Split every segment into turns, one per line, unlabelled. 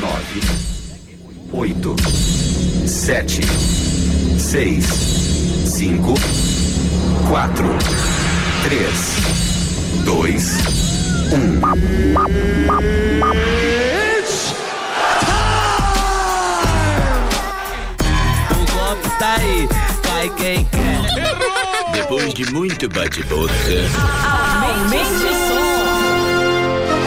nove, oito, sete, seis, cinco, quatro, três, dois, um.
O golpe está aí, cai quem quer.
Depois de muito bate-boca,
Aumente o som.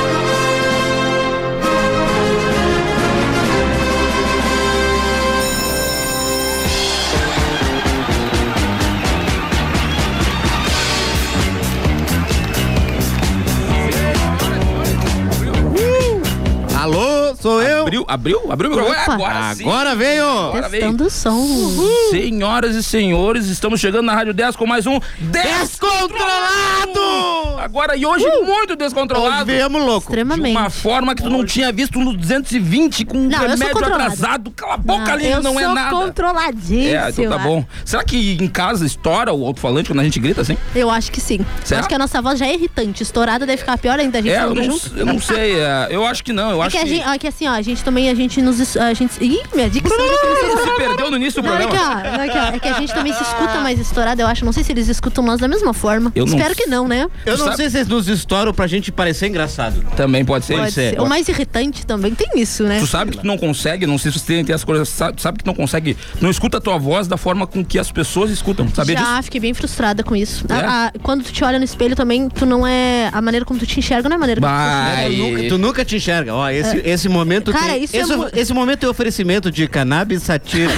Alô, sou eu.
Abriu, abriu, abriu o microfone.
Opa.
Agora sim.
Agora veio.
Agora veio.
Testando o som.
Senhoras e senhores, estamos chegando na Rádio 10 com mais um
Descontrolado!
Agora e hoje muito descontrolado.
Viemos louco.
De
Extremamente.
uma forma que tu não tinha visto no 220 com um
Não, eu sou
remédio
controlada.
atrasado. Cala a boca, ali,
Ah, eu
não é
sou
nada. É,
controladíssima.
então tá bom. Será que em casa estoura o alto-falante quando a gente grita assim?
Eu acho que sim.
Será?
Acho que a nossa voz já é irritante. Estourada deve ficar pior ainda a gente
É, eu
falando
não,
junto.
eu não sei. é, eu acho que não. Eu
É
acho
que, a gente, ó, é que assim, ó, a gente também, a gente nos. es- A gente, ih, minha dicção já começou.
Se perdeu no início do
Não, é
programa. Ah.
que, ó, não, é que, ó, é que a gente também se escuta mais estourada, eu acho. Não sei se eles escutam nós da mesma forma.
Eu não
Espero
sei.
que não, né?
Eu não
Sabe-
sei se eles nos estouram pra gente parecer engraçado.
Também pode ser.
Pode ser. O mais irritante também tem isso, né?
Tu sabe que tu não consegue, não sei se você tem as coisas, sabe, tu sabe que tu não consegue, não escuta a tua voz da forma com que as pessoas escutam, sabia
Já
disso?
fiquei bem frustrada com isso.
É?
A- a- quando tu te olha no espelho também, tu não é. A maneira como tu te enxerga não é a maneira como tu te
Tu
Vai.
nunca, tu nunca te enxerga. Ó, esse, esse momento.
É. Cara,
tem-
isso é
esse,
mu-
esse momento é oferecimento de cannabis sativa.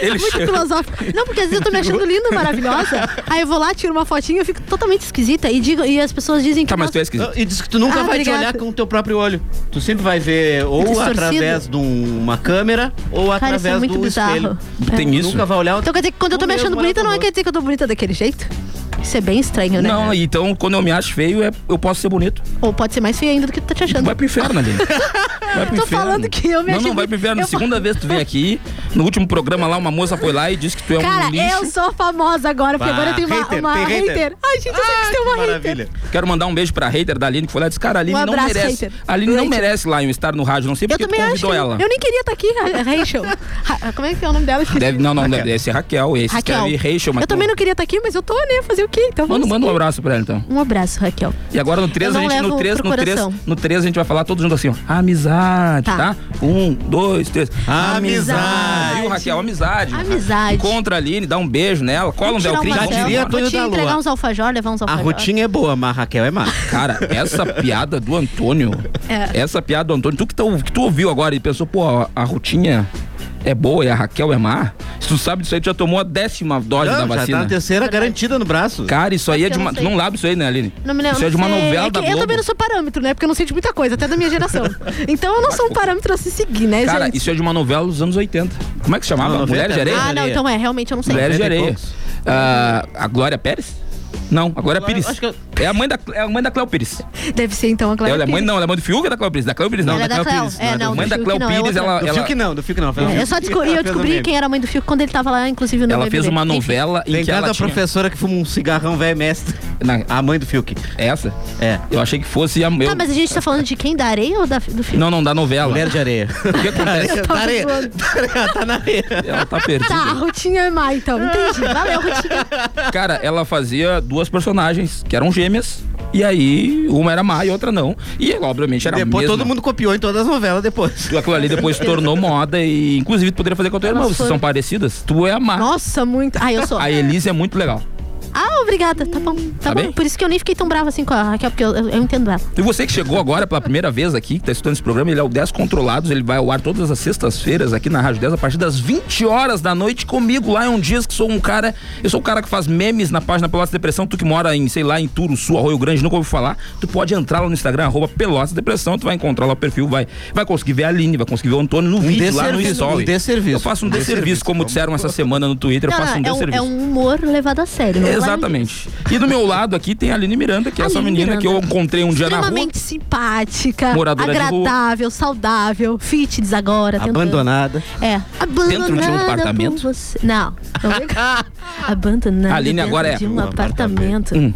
Ele
É Muito filosófico. Não, porque às vezes eu tô me achando linda, maravilhosa. Aí eu vou lá, tiro uma fotinha, eu fico totalmente esquisita. E, digo, e as pessoas dizem que.
Tá, mas tu é
nossa,
esquisito.
e diz que tu nunca
Ah,
vai
obrigada.
te olhar com o teu próprio olho. Tu sempre vai ver ou
Distorcido.
através de um- uma câmera ou
Cara, isso é
através
muito
do
bizarro.
espelho.
É.
Tem isso.
Nunca vai olhar.
Então quer dizer que quando eu tô
Tu
me achando
mesmo,
bonita, não é
olha
quer dizer que eu tô bonita daquele jeito? Isso é bem estranho, né?
Não, então quando eu me acho feio, é- eu posso ser bonito.
Ou pode ser mais feia ainda do que tu tá te achando.
Vai pro inferno, Aline. Vai pro
Tô falando que eu me
Não,
achei
não, vai pro inferno.
bonita. Eu-
Segunda vez que tu vem aqui, no último programa lá, uma moça foi lá e disse que tu é
Cara,
um lixo.
eu sou famosa agora, porque
Bah,
agora eu tenho uma,
hater,
uma
tem
hater.
hater.
Ai, gente, eu
Ah,
sei que você é uma hater.
Maravilha.
Quero mandar um beijo pra hater da Aline, que foi lá e disse, cara, a Aline
Um
não
abraço,
merece.
hater.
A Aline não
Hater.
merece lá em um estar no rádio, não sei
Eu
porque tu
também acho.
convidou
que-
ela.
Eu nem queria estar aqui, Ra- Rachel. Ra- Como é que é o nome dela? Esqueci.
Deve, não, não, deve, deve ser Raquel. Esse
Raquel.
escreve Rachel, mas
eu também
tu-
não queria estar aqui, mas eu tô, né? Fazer o quê? Então
Manda,
vamos.
manda um abraço pra ela, então.
Um abraço, Raquel.
E agora no 3,
Eu
a
não
gente no
levo
3,
pro
no 3,
coração.
no 3 a gente vai falar todos juntos assim, ó. Amizade,
Tá.
tá? Um, dois, três.
Amizade.
Viu, Raquel? Amizade.
Amizade.
Encontra a Aline, dá um beijo nela, cola um
Tirar
velcrinho.
uma
Já
vamos
selfie.
diria
embora.
Antônio
Vou te
da
entregar
é Lua.
uns alfajor, levar uns
A
alfajor.
rotinha é boa, mas a Raquel é má.
Cara, essa piada do Antônio,
É.
essa piada do Antônio, tu que, tá, que tu ouviu agora e pensou, pô, a, a rotinha é boa e a Raquel é má? Se tu sabe disso aí, tu já tomou a décima dose da
Não, já tá
vacina.
na terceira garantida no braço.
Cara, isso aí é
Eu
de
não
uma... Tu
sei.
não lava isso aí, né, Aline?
Não me lembro.
Isso é de uma
não sei.
novela
É
da
que Eu
Globo.
também não sou parâmetro, né? Porque eu não sei de muita coisa, até da minha geração. Então eu não sou um parâmetro a se seguir, né,
Cara,
gente?
isso é de uma novela dos anos 80. Como é que se chamava?
Não,
Mulher
90.
de Areia?
Ah, não, então é, realmente eu não sei.
Mulheres de
Noventa e
Areia.
poucos.
Ah, a Glória Pérez? Não, a Glória Pires.
acho que eu-
É, a mãe da, é a mãe da Cléo Pires.
Deve ser então a Glória
ela é mãe,
Pires.
não, ela é mãe do Fiuk ou da Cléo Pires? Da Cléo Pires, não.
Ela é da Cléo.
Pires.
É, não,
mãe
do
da
Fiuk
Cléu
não, é
Pires,
outra.
ela,
Do
ela,
Fiuk não, do Fiuk não.
É, Eu só descobri, eu
um
descobri quem era a mãe do Fiuk quando ele tava lá, inclusive, no
ela fez
BBB.
uma
Enfim.
novela em
Tem
que
cada
ela tinha...
professora que fuma um cigarrão velho mestre.
Na-
A mãe do Fiuk.
Essa?
É.
Eu achei que fosse a...
Tá,
Eu...
mas a gente tá falando de quem? Da areia ou da, do Fiuk?
Não, não, da novela.
Mulher de areia.
O que acontece?
Tá areia.
zoando.
Tá areia, Tá na areia.
ela tá perdida.
Tá, a rotinha é má, então. Entendi. Valeu, rotinha.
Cara, ela fazia duas personagens que eram gêmeas. E aí, uma era má e outra não. E ela, obviamente, era a
Depois
mesma.
todo mundo copiou em todas as novelas depois.
Aquilo ali depois se tornou moda e, inclusive, tu poderia fazer com a tua irmã.
Elas
Vocês são
foram-
parecidas. Tu é a má.
Nossa, muito. Ah, eu sou.
A Elise é muito legal.
Ah, obrigada. Tá bom. Tá,
Tá
bom.
bem?
Por isso que eu nem fiquei tão brava assim com a Raquel, porque eu, eu- eu entendo ela.
E você que chegou agora pela primeira vez aqui, que tá estudando esse programa, ele é o 10 Controlados, ele vai ao ar todas as sextas-feiras aqui na Rádio 10, a partir das 20 horas da noite comigo lá em um dias que sou um cara, eu sou um cara que faz memes na página Pelotas Depressão, tu que mora em, sei lá, em Turuçu, Arroio Grande, nunca ouviu falar, tu pode entrar lá no Instagram, arroba Pelotas Depressão, tu vai encontrar lá o perfil, vai, vai conseguir ver a Aline, vai conseguir ver o Antônio no vídeo lá no
desserviço,
Story.
um desserviço.
Eu faço um
Um
desserviço,
desserviço,
como disseram essa semana no Twitter, eu
não,
faço um
não, é um,
desserviço.
é um humor levado a sério. não é
Exatamente. E do meu lado aqui tem a Aline Miranda, que é essa
Aline
menina que eu
Miranda.
encontrei um dia na rua.
Extremamente simpática,
Moradora de rua.
agradável, saudável, fitness agora. tentando.
Abandonada.
É. Abandonada por
um apartamento?
você- Não. não vem com- Abandonada
A Aline
dentro
agora é-
de um
Um
apartamento.
Hum.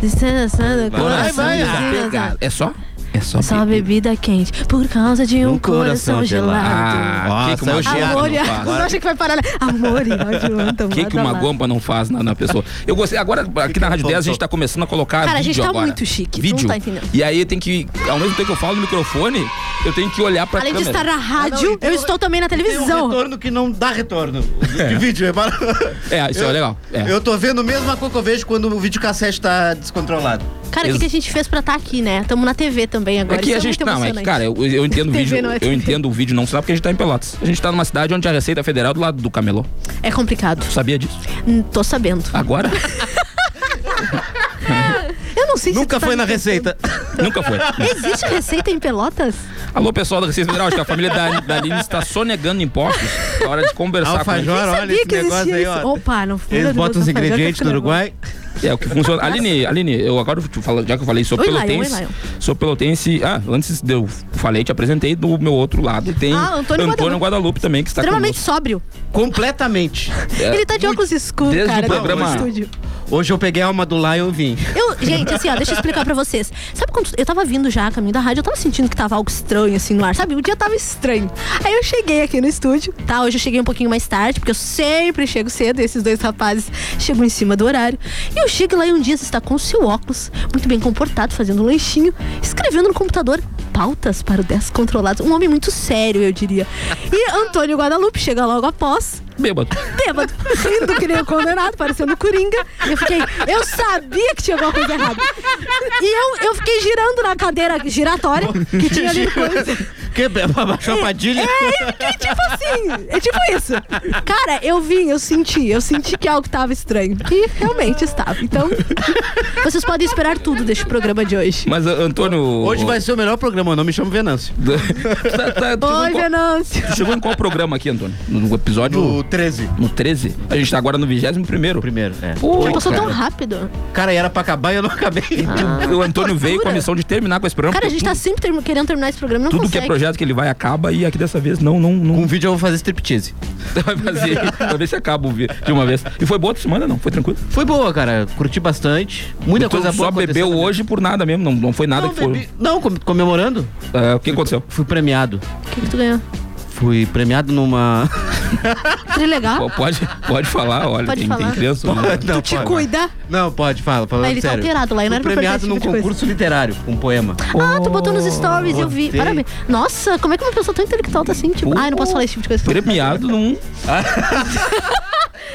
Descendo, descendo,
Vai,
coração
vai,
descendo.
É só? É só,
Só uma bebida quente por causa de um,
Um coração
coração, gelado.
Ah,
Nossa,
que que uma
eu
guampa
já-
Amor,
não faz?
não acha que vai parar. né? Amor, não
O é que, que uma guampa não faz na, na pessoa? Eu gostei. Agora, aqui na Rádio
tonto.
10, a gente tá começando a colocar
Cara, a
vídeo
gente tá
agora.
muito chique, tu
Vídeo.
não tá entendendo.
E aí tem que, ao mesmo tempo que eu falo no microfone, eu tenho que olhar pra
Além de
câmera.
estar na rádio,
e tem
eu
um-
estou também na
Tem um
televisão.
retorno que não dá retorno. De vídeo, repara.
É, isso é legal. É.
Eu tô vendo a mesma coisa que eu vejo quando o videocassete tá descontrolado.
Cara, o que,
Ex-
que a gente fez pra estar aqui, né? Estamos na TV também
É
agora.
que
Isso
a gente.
muito
não, é que,
emocionante.
cara, eu, eu entendo o
TV
vídeo.
não é
eu
TV.
entendo o vídeo não sinal porque a gente tá em Pelotas. A gente tá numa cidade onde a Receita Federal é do lado do Camelô.
É complicado.
Tu sabia disso?
Hum, Tô sabendo.
Agora?
Eu não sei se
Nunca
tu tá
foi na
me-
receita.
Nunca foi.
Existe receita em Pelotas?
Alô, pessoal da Receita Federal, acho que a família da, da Aline está sonegando impostos. É hora de conversar com
Alfajor, olha esse negócio aí, ó.
Opa, não foi.
Eles botam os
não foi-
ingredientes do Uruguai.
É o que funciona. Aline, Aline, eu agora te falo, já que eu falei, sou
Oi, Lion,
pelotense.
oi, Lion.
sou pelotense. Ah, antes de eu falei, te apresentei do meu outro lado. Tem
Ah, Antônio
Antônio, Guadalupe. também,
tá
que está
Extremamente
conosco.
sóbrio.
Completamente.
É,
Ele tá de óculos escuros,
desde o
cara. tá no
programa-
estúdio.
Hoje eu peguei a alma do Lion e vim.
Eu, gente, assim, ó, deixa eu explicar pra vocês. Sabe quando eu tava vindo já a caminho da rádio, eu tava sentindo que tava algo estranho, assim, no ar, sabe? O dia tava estranho. Aí eu cheguei aqui no estúdio, tá? Hoje eu cheguei um pouquinho mais tarde, porque eu sempre chego cedo, e esses dois rapazes chegam em cima do horário. E eu chego lá e um dia você está com o seu óculos, muito bem comportado, fazendo um lanchinho, escrevendo no computador pautas para o descontrolado. Um homem muito sério, eu diria. E Antônio Guadalupe chega logo após
Bêbado.
bêbado, rindo que nem o condenado, parecendo Coringa. E eu fiquei, eu sabia que tinha alguma coisa errada. E eu, eu fiquei girando na cadeira giratória, que tinha ali no coisa.
Que abaixou a padilha.
É, eu fiquei tipo assim, é tipo isso. Cara, eu vim, eu senti, eu senti que algo tava estranho. E realmente estava. Então, vocês podem esperar tudo deste programa de hoje.
Mas, a- Antônio.
Hoje vai ser o melhor programa, eu não me chamo Venâncio.
tá, tá, tu chegou
Oi,
em qual-
Venâncio.
tu chegou em qual programa aqui, Antônio? No episódio.
O 13.
No 13? A gente tá agora no 21.
Primeiro, é.
Pô,
Já passou
cara.
tão rápido.
Cara, e era pra acabar e eu não acabei.
O Antônio veio com a
Ah. Loucura.
missão de terminar com esse programa.
Cara, a gente
porque
tá sempre termi- querendo terminar esse programa, não
tudo, tudo que é
consegue.
projeto que ele vai acaba e aqui dessa vez não, não, não.
Um vídeo eu vou fazer striptease.
Vai fazer. Pra ver se acaba o vídeo de uma vez. E foi boa outra semana, não? Foi tranquilo?
Foi boa, cara. Curti bastante. Muita
Tu
coisa boa.
só bebeu
aconteceu.
hoje por nada mesmo, não, não foi nada
Não,
que foi.
bebi- não, com- comemorando.
Ah, o que aconteceu?
Fui premiado.
O que, que tu ganhou?
Fui premiado numa.
Trilegal?
Pô, Pode, pode falar, olha,
Tá? Pode
tem,
falar.
tem criança. ouvindo.
Não,
Te
pode.
cuida.
Não, pode, fala. Falando
Mas ele tá
sério.
alterado lá, e não
Fui
era pra
premiado
perder esse
num
tipo de
concurso literário, com um poema.
Ah, tu botou nos stories, eu vi.
botei.
Parabéns. Nossa, como é que uma pessoa tão intelectual tá assim, tipo,
Pô.
ai, não posso falar esse tipo de coisa.
Premiado num.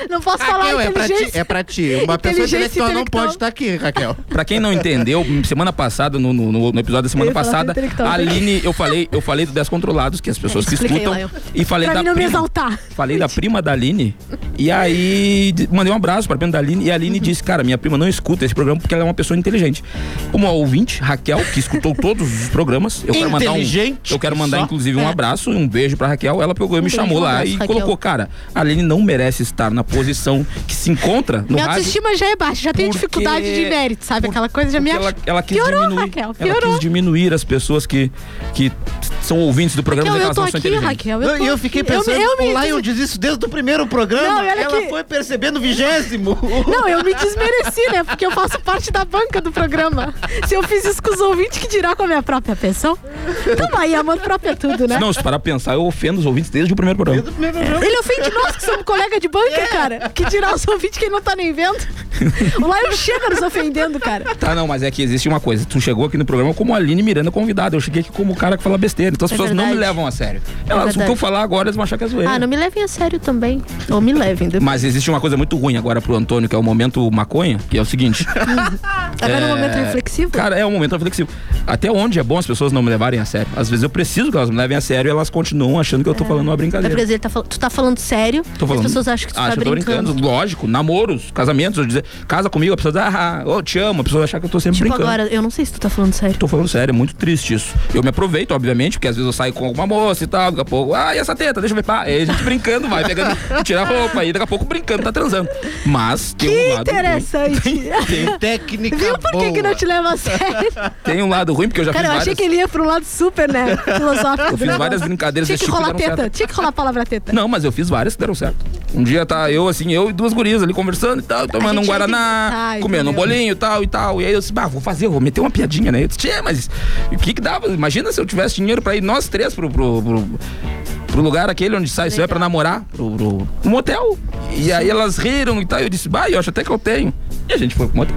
Não posso falar
é pra ti.
inteligência.
É pra ti. Uma pessoa
Inteligência
intelectual não
intelectual.
pode estar aqui, Raquel.
Pra quem não entendeu, semana passada, no, no- no- no episódio da semana
Eu ia falar
passada,
pra intelectual.
a Aline, eu falei, eu falei do Descontrolados, que as pessoas que
explica aí,
escutam.
É, Lion.
E falei
Pra
da
mim não me
prima.
exaltar.
Falei da prima da Aline. E aí de- mandei um abraço pra prima da Aline. E a Aline disse: Cara, minha prima não escuta esse programa porque ela é uma pessoa inteligente. Uma ouvinte, Raquel, que escutou todos os programas. Eu quero mandar um.
Inteligente,
Eu quero mandar,
só.
inclusive, um abraço e um beijo pra Raquel. Ela pegou, e me
beijo,
chamou
É. um
lá
abraço,
e
Raquel.
colocou: Cara, a Aline não merece estar na posição que se encontra no
Minha
rádio.
autoestima já é baixa, já tenho
Porque-
dificuldade de mérito, sabe? Aquela coisa já me
Porque
acha.
ela, ela quis
piorou,
diminuir,
Raquel,
ela
piorou.
quis diminuir as pessoas que, que são ouvintes do programa
Raquel,
dizer
Então eu tô
que elas não são
aqui,
inteligentes.
Raquel.
Não,
Eu,
E
tô
eu fiquei
aqui.
pensando,
Eu, eu
o
me
Lion diz isso desde o primeiro programa.
Não, e olha
Ela
que-
foi percebendo o vigésimo.
Não, eu me desmereci, né? Porque eu faço parte da banca do programa. Se eu fiz isso com os ouvintes, que dirá com a minha própria pessoa? Tamo aí, amor próprio é tudo, né?
Não, se parar pra pensar, eu ofendo os ouvintes desde o primeiro programa.
Desde o primeiro programa.
Ele é ofende nós que somos colega de banca, cara. Que dirá os ouvintes que ele não tá nem vendo. O Lion chega nos ofendendo, cara.
Tá, não, mas é que existe uma coisa. Tu chegou aqui no programa como a Aline Miranda convidada. Eu cheguei aqui como o cara que fala besteira. Então as
É
pessoas não me
verdade. É
levam a sério. Elas, o que eu
verdade.
falar agora, eles vão achar que é zoeira.
Ah, não me levem a sério também. Ou me levem. depois.
Mas existe uma coisa muito ruim agora pro Antônio, que é o momento maconha, que é o seguinte.
Agora é um momento reflexivo.
Cara, é um momento reflexivo. Até onde é bom as pessoas não me levarem a sério? Às vezes eu preciso que elas me levem a sério e elas continuam achando que eu tô falando uma
É porque
brincadeira.
às vezes ele tá fal- tu tá falando sério,
Tô falando. Ah,
as pessoas acham que tu
Acho
tá
que eu tô brincando.
brincando.
Lógico, namoros, casamentos, eu dizer, casa comigo, a pessoa diz, ah, eu te amo, a pessoa achar que eu tô sempre
Tipo,
brincando.
agora, eu não sei se tu tá falando sério.
Tô falando sério, é muito triste isso. Eu me aproveito, obviamente, porque às vezes eu saio com alguma moça e tal, daqui a pouco, ah, e essa teta, deixa eu ver, pá. Aí a gente brincando, vai pegando, tira a roupa, aí daqui a pouco brincando, tá transando. Mas tem um
Que
lado
interessante.
Tem técnica
Viu por que, que não te leva a sério?
ruim. Tem um lado ruim, porque eu já
Cara, eu
fiz
achei
várias.
que ele ia pra um lado super, né? Filosófico. né?
Eu fiz várias brincadeiras
Tinha
desse
que
tipo e
rolar
deram
teta,
certo.
tinha que rolar a palavra teta.
Não, mas eu fiz várias que deram certo. Um dia tá eu, assim, eu e duas gurias ali conversando e tal, tomando um
gente vai
Guaraná,
tentar, entendeu?
comendo um bolinho e tal e tal. E aí eu disse, bah, vou fazer, vou meter uma piadinha, né? Eu disse, tchê, mas o que que dava? Imagina se eu tivesse dinheiro pra ir nós três pro, pro, pro, pro lugar aquele onde sai, só é pra namorar, pro, pro, pro um motel. E aí elas riram e tal. Eu disse, bah, eu acho até que eu tenho. E a gente foi pro motel.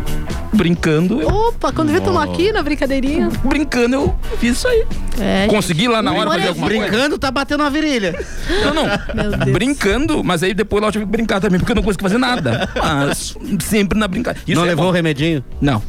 Brincando, eu,
Opa, quando vi tu aqui na brincadeirinha.
brincando, eu fiz isso aí.
É,
Consegui lá na hora
Olha,
fazer alguma coisa.
Brincando, tá batendo a virilha.
Não, não.
Meu Deus.
Brincando, mas aí depois lá eu tive que brincar também, porque eu não consegui fazer nada. Mas sempre na brincadeira. Isso
Não
é
levou o
bom.
remedinho?
Não.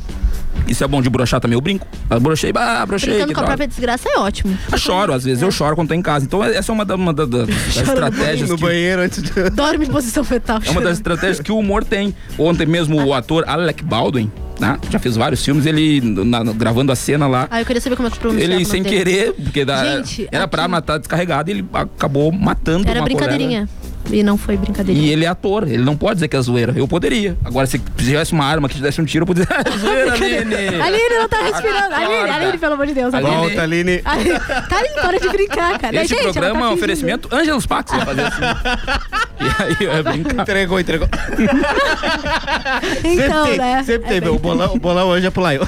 Isso é bom de brochar também, eu brinco. Eu brochei, bah, brochei.
Brincando
que
com a
droga.
própria É. desgraça é ótimo.
Eu choro, às vezes eu choro quando tô em casa. Então essa é uma, da, uma da- da- das estratégias que,
banheiro antes de.
Dorme em posição fetal.
É uma das
chorando.
estratégias que o humor tem. Ontem mesmo o ator Alec Baldwin, né, já fez vários filmes, ele na- na- gravando a cena lá.
Ah, eu queria saber como é que pronunciava o
Ele
nome
sem
dele.
querer, porque da,
Gente,
era pra
aqui-
matar descarregado, ele acabou matando
Era
uma colega.
brincadeirinha. E não foi brincadeirinha.
E ele é ator, ele não pode dizer que é zoeira. Eu poderia. Agora, se tivesse uma arma que te desse um tiro, eu poderia dizer, "É zoeira, Aline.
Aline não tá respirando. Aline,
Acorda.
Aline, pelo amor de Deus. Aline.
Aline.
Volta, Tá Aline.
Aline, tá Aline, para de brincar, cara.
Esse
Gente, ela tá
programa é um
fingindo.
oferecimento. Ângelos Pax ia fazer assim. e aí, eu ia brincar.
Entregou, entregou.
Então,
sempre tem,
né?
sempre
É
tem,
bem-
meu. O bolão, o bolão hoje é pro Laio.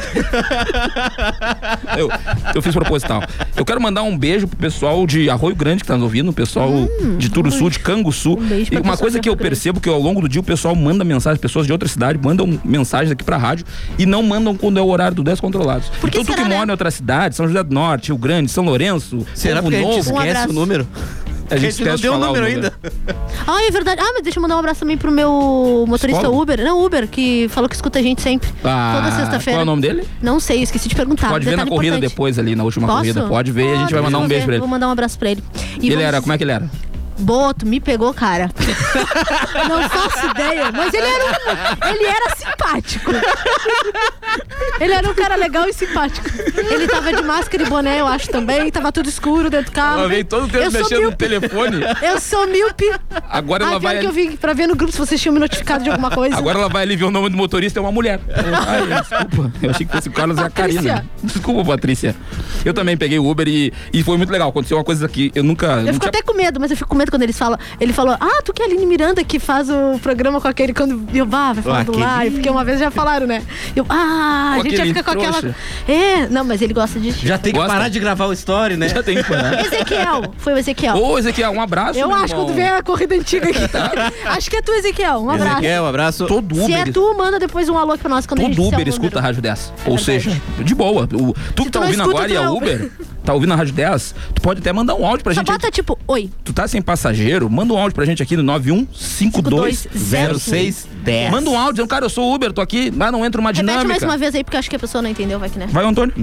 Eu, eu fiz proposital. Eu quero mandar um beijo pro pessoal de Arroio Grande que tá nos ouvindo, o pessoal de Turuçu, de Canguçu.
Hum, Um beijo pra
e uma
pessoal
coisa
de
que eu
Arroio Grande.
percebo que ao longo do dia o pessoal manda mensagem, pessoas de outra cidade mandam mensagens aqui pra rádio e não mandam quando é o horário do Descontrolados.
Por que
então tu
será,
que
né?
mora em outra cidade, São José do Norte, Rio Grande, São Lourenço, Povo Novo,
Um abraço.
número?
a gente, esquece
não
de
deu o
falar
número ainda.
Ah, é verdade. Ah, mas deixa eu mandar um abraço também pro meu motorista
Psicólogo?
Uber. Não, Uber, que falou que escuta a gente sempre.
Ah,
toda sexta-feira. Tá,
Qual é o nome dele?
Não sei, esqueci de perguntar.
Pode ver na
Detalhe
corrida
importante.
depois ali, na última
Posso?
corrida. Pode ver e a gente vai
Pode,
mandar um
vou
beijo
ver,
pra ele.
Vou mandar um abraço pra ele. E
Ele
vamos-
era, como é que ele era?
Boto, me pegou, cara. Não faço ideia, mas ele era um- ele era simpático. Ele era um cara legal e simpático. Ele tava de máscara e boné, eu acho também, tava tudo escuro dentro do carro. Ah, eu sou míope.
telefone.
Eu sou míope.
Agora
Ah,
ela
pior
vai.
que eu vim pra ver no grupo se vocês tinham me notificado de alguma coisa.
Agora ela vai ali ver o nome do motorista, é uma mulher. Ai, desculpa. Eu achei que fosse o Carlos e a
Patrícia.
Karina. Desculpa, Patrícia. Eu também peguei o Uber e, e foi muito legal. Aconteceu uma coisa que eu nunca.
Eu fico até com medo, mas eu fico com medo quando eles falam. Ele falou, ah, tu que é a Aline Miranda que faz o programa com aquele. Quando eu, ah, vai falar
Ah,
do
aquele.
live, porque uma vez já falaram, né? Eu, ah,
Com
a gente já
aquele
fica com
trouxa.
aquela. É, não, mas ele gosta de.
Já tem que
Gosta?
parar de gravar o story, né?
Já tem que parar.
Ezequiel, foi o Ezequiel.
É. Ô, Ezequiel, um abraço.
eu
meu
acho,
irmão.
quando vem a corrida antiga aqui. acho que é tu, Ezequiel. Um abraço.
Ezequiel, um abraço.
Todo
Se
Uber.
é tu, manda depois um alô aqui pra nós quando a gente
Todo Uber
disser o número.
escuta a Rádio 10.
É
Ou
verdade.
seja, de boa. O, tu que
tu
tá
não
ouvindo
escuta,
agora
tu
e a
não é
Uber, tá ouvindo a Rádio 10, tu pode até mandar um áudio pra
Só
gente.
bota tipo, oi.
Tu tá sem passageiro, manda um áudio pra gente aqui no 915206.
0610.
Manda um áudio, dizendo, cara, eu sou Uber, tô aqui, mas não entra uma
Repete
dinâmica.
mais uma vez um aí, porque eu acho que a pessoa não entendeu, vai que né.
Vai, Antônio.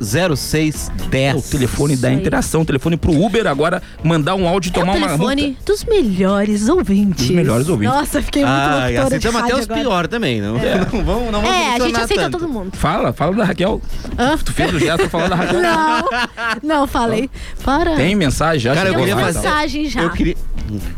91520610.
O telefone da
aí.
interação, o telefone pro Uber agora mandar um áudio e
É o
tomar uma.
telefone dos melhores ouvintes.
Dos melhores ouvintes. assim,
Nossa, fiquei muito
Ah,
ah, locutora de
aceitamos até
rádio
os
agora.
piores também, não? Não vamos, não vamos
É, a gente
mencionar
aceita
tanto.
todo mundo.
Fala, fala da Raquel.
Hã?
Tu fez o gesto falando da Raquel.
Não, não falei. Para.
Tem mensagem já.
Cara, eu
chegou
queria
lá e
fazer-
tal.
mensagem já.
Eu queria.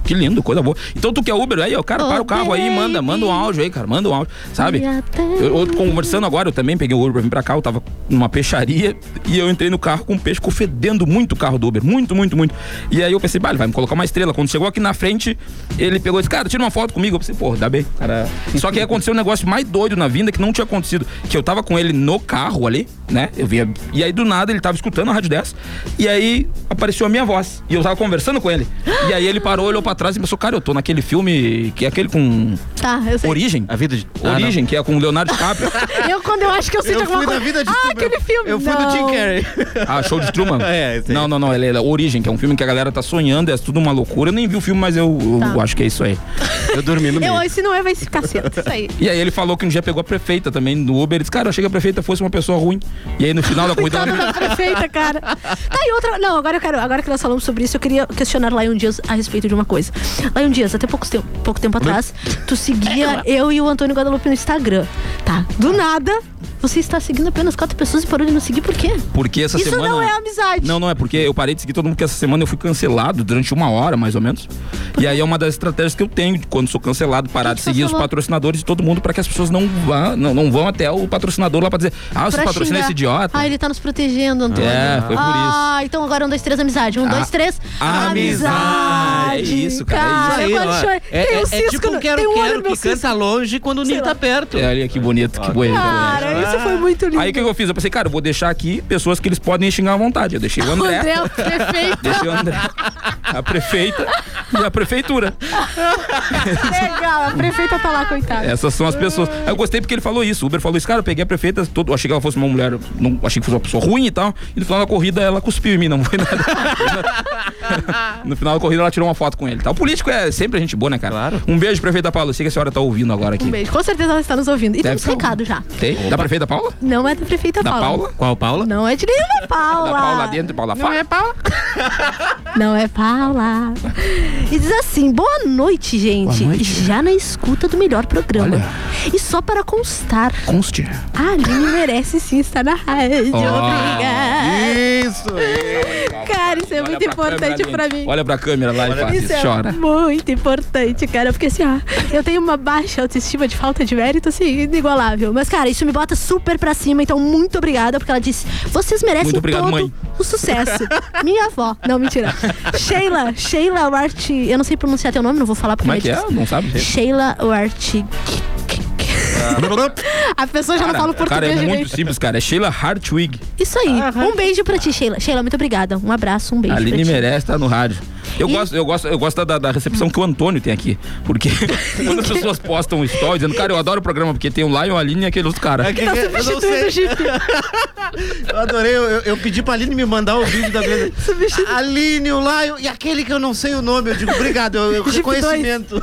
Que lindo, coisa boa. Então tu que é Uber aí, ó, cara, para
Oh,
o carro aí,
baby.
manda, manda um áudio aí, cara, manda um áudio, sabe?
E até-
Eu, eu conversando agora, eu também peguei o Uber pra vir pra cá, eu tava numa peixaria e eu entrei no carro com um peixe, ficou fedendo muito o carro do Uber, muito, muito, muito. E aí eu pensei, bah, ele vai me colocar uma estrela. Quando chegou aqui na frente, ele pegou e disse, cara, tira uma foto comigo. Eu pensei, pô, dá bem, cara. Só que aí aconteceu um negócio mais doido na vinda que não tinha acontecido, que eu tava com ele no carro ali, né? Eu via, e aí do nada ele tava escutando a rádio 10 e aí apareceu a minha voz e eu tava conversando com ele. E aí ele parou, olhou pra trás e pensou, cara, eu tô naquele filme que é aquele com
Tá, eu sei.
Origem.
A vida de. Ah,
Origem, que é com o Leonardo DiCaprio.
Eu, quando eu acho que eu sei de
Eu
alguma
fui da
coisa.
vida de
ah,
Truman.
aquele filme.
Eu fui
não.
do Jim Carrey.
Ah, show de Truman?
É, esse aí.
Não, não, não. Ele é Origem, que é um filme que a galera tá sonhando, é tudo uma loucura. Eu nem vi o filme, mas eu, eu
Tá.
acho que é isso aí.
Eu dormi no meio.
Eu, se não é, vai se caceta. Isso aí.
E aí ele falou que um dia pegou a prefeita também no Uber. Ele disse, cara, eu achei que a prefeita fosse uma pessoa ruim. E aí no final da corrida.
Coitada da prefeita, tá, cara. Tá, e outra. Não, agora eu quero. Agora que nós falamos sobre isso, eu queria questionar Lion Dias a respeito de uma coisa. Lion Dias, até pouco tempo, pouco tempo atrás, tu seguia eu e o Antônio Guadalupe no Instagram. Tá. Do nada, você está seguindo apenas quatro pessoas e parou de nos seguir por quê?
Porque essa
Isso
semana.
não é amizade.
Não, não é, porque eu parei de seguir todo mundo, porque essa semana eu fui cancelado durante uma hora, mais ou menos. E aí é uma das estratégias que eu tenho, de quando sou cancelado, parar
Quem
de
te
seguir os
cancelou?
patrocinadores de todo mundo para que as pessoas não vão, não, não vão até o patrocinador lá pra dizer, ah, você
Pra
patrocina
xingar.
esse idiota.
Ah, ele tá nos protegendo, Antônio.
É, foi por isso.
Ah, então agora um, dois, três, amizade. Um,
A-
dois, três.
amizade.
verdade.
É isso, cara, é isso aí,
Ah, eu quase
ó.
chorei.
É-
tem
é-
um
é
cisco,
tipo um
no-
quero,
tem um olho
quero
no meu
que
cisco.
canta longe quando o
Sei
ninho
lá.
tá perto.
É, olha que bonito, que bonito.
Cara, isso foi muito lindo.
Aí o que eu fiz? Eu pensei, cara, eu vou deixar aqui pessoas que eles podem xingar à vontade. Eu deixei o
O
André.
André é o prefeito.
Deixei o André. A prefeita e a prefeitura.
Legal, a prefeita tá lá, coitada.
Essas são as pessoas. Aí Eu gostei porque ele falou isso. O Uber falou isso, cara, eu peguei a prefeita, todo, achei que ela fosse uma mulher, não, achei que fosse uma pessoa ruim e tal. E no final da corrida ela cuspiu em mim, não foi nada. no final da corrida ela tirou uma foto com ele. Tá? O político é sempre gente boa, né, cara?
Claro.
Um beijo, prefeita Paula. Eu sei que a senhora tá ouvindo agora aqui.
Um beijo. Com certeza ela está nos ouvindo. E
Deve
temos
ser algum.
recado já.
Tem? Da prefeita Paula?
Não é da prefeita
Da
Paula.
Paula?
Qual, Paula?
Não é de nenhuma Paula.
Da Paula dentro, Paula fora.
Paula. Não é Paula. E diz assim: boa noite, gente.
Boa noite.
Já na escuta do melhor programa.
Olha.
E só para constar,
Conste.
a Aline merece sim estar na rádio. Obrigada.
Isso!
Cara, isso é muito importante pra mim.
Olha pra câmera lá e fala,
Isso é
chora.
muito importante, cara. Porque assim, ó, eu tenho uma baixa autoestima de falta de mérito, assim, inigualável. Mas, cara, isso me bota super pra cima, então muito obrigada, porque ela disse: vocês merecem
Muito obrigado,
todo
mãe."
o sucesso. Minha avó. Não, mentira. Sheila, Sheila Wartig. Eu não sei pronunciar teu nome, não vou falar porque
Como é que é?
difícil.
Não sabe?
Sheila Wartig. A pessoa já não fala o português
Ah. Cara, é
direito.
muito simples, cara. É Sheila Hartwig.
Isso aí. Um beijo pra ti, Sheila. Sheila, muito obrigada. Um abraço, um beijo.
A Aline
pra ti.
merece estar no rádio. Eu
E-
gosto, eu gosto, eu gosto da, da recepção que o Antônio tem aqui. Porque quando
Então.
as pessoas postam um story dizendo, cara, eu adoro o programa, porque tem o Lion, a Aline e aquele outro cara.
É
Então
Eu não
Tá Substituindo
sei.
o Jeep.
Eu adorei, eu, eu pedi pra Aline me mandar o vídeo da Brenda. Aline, o Lion e aquele que eu não sei o nome. Eu digo, obrigado, eu, eu
Jeep
reconhecimento.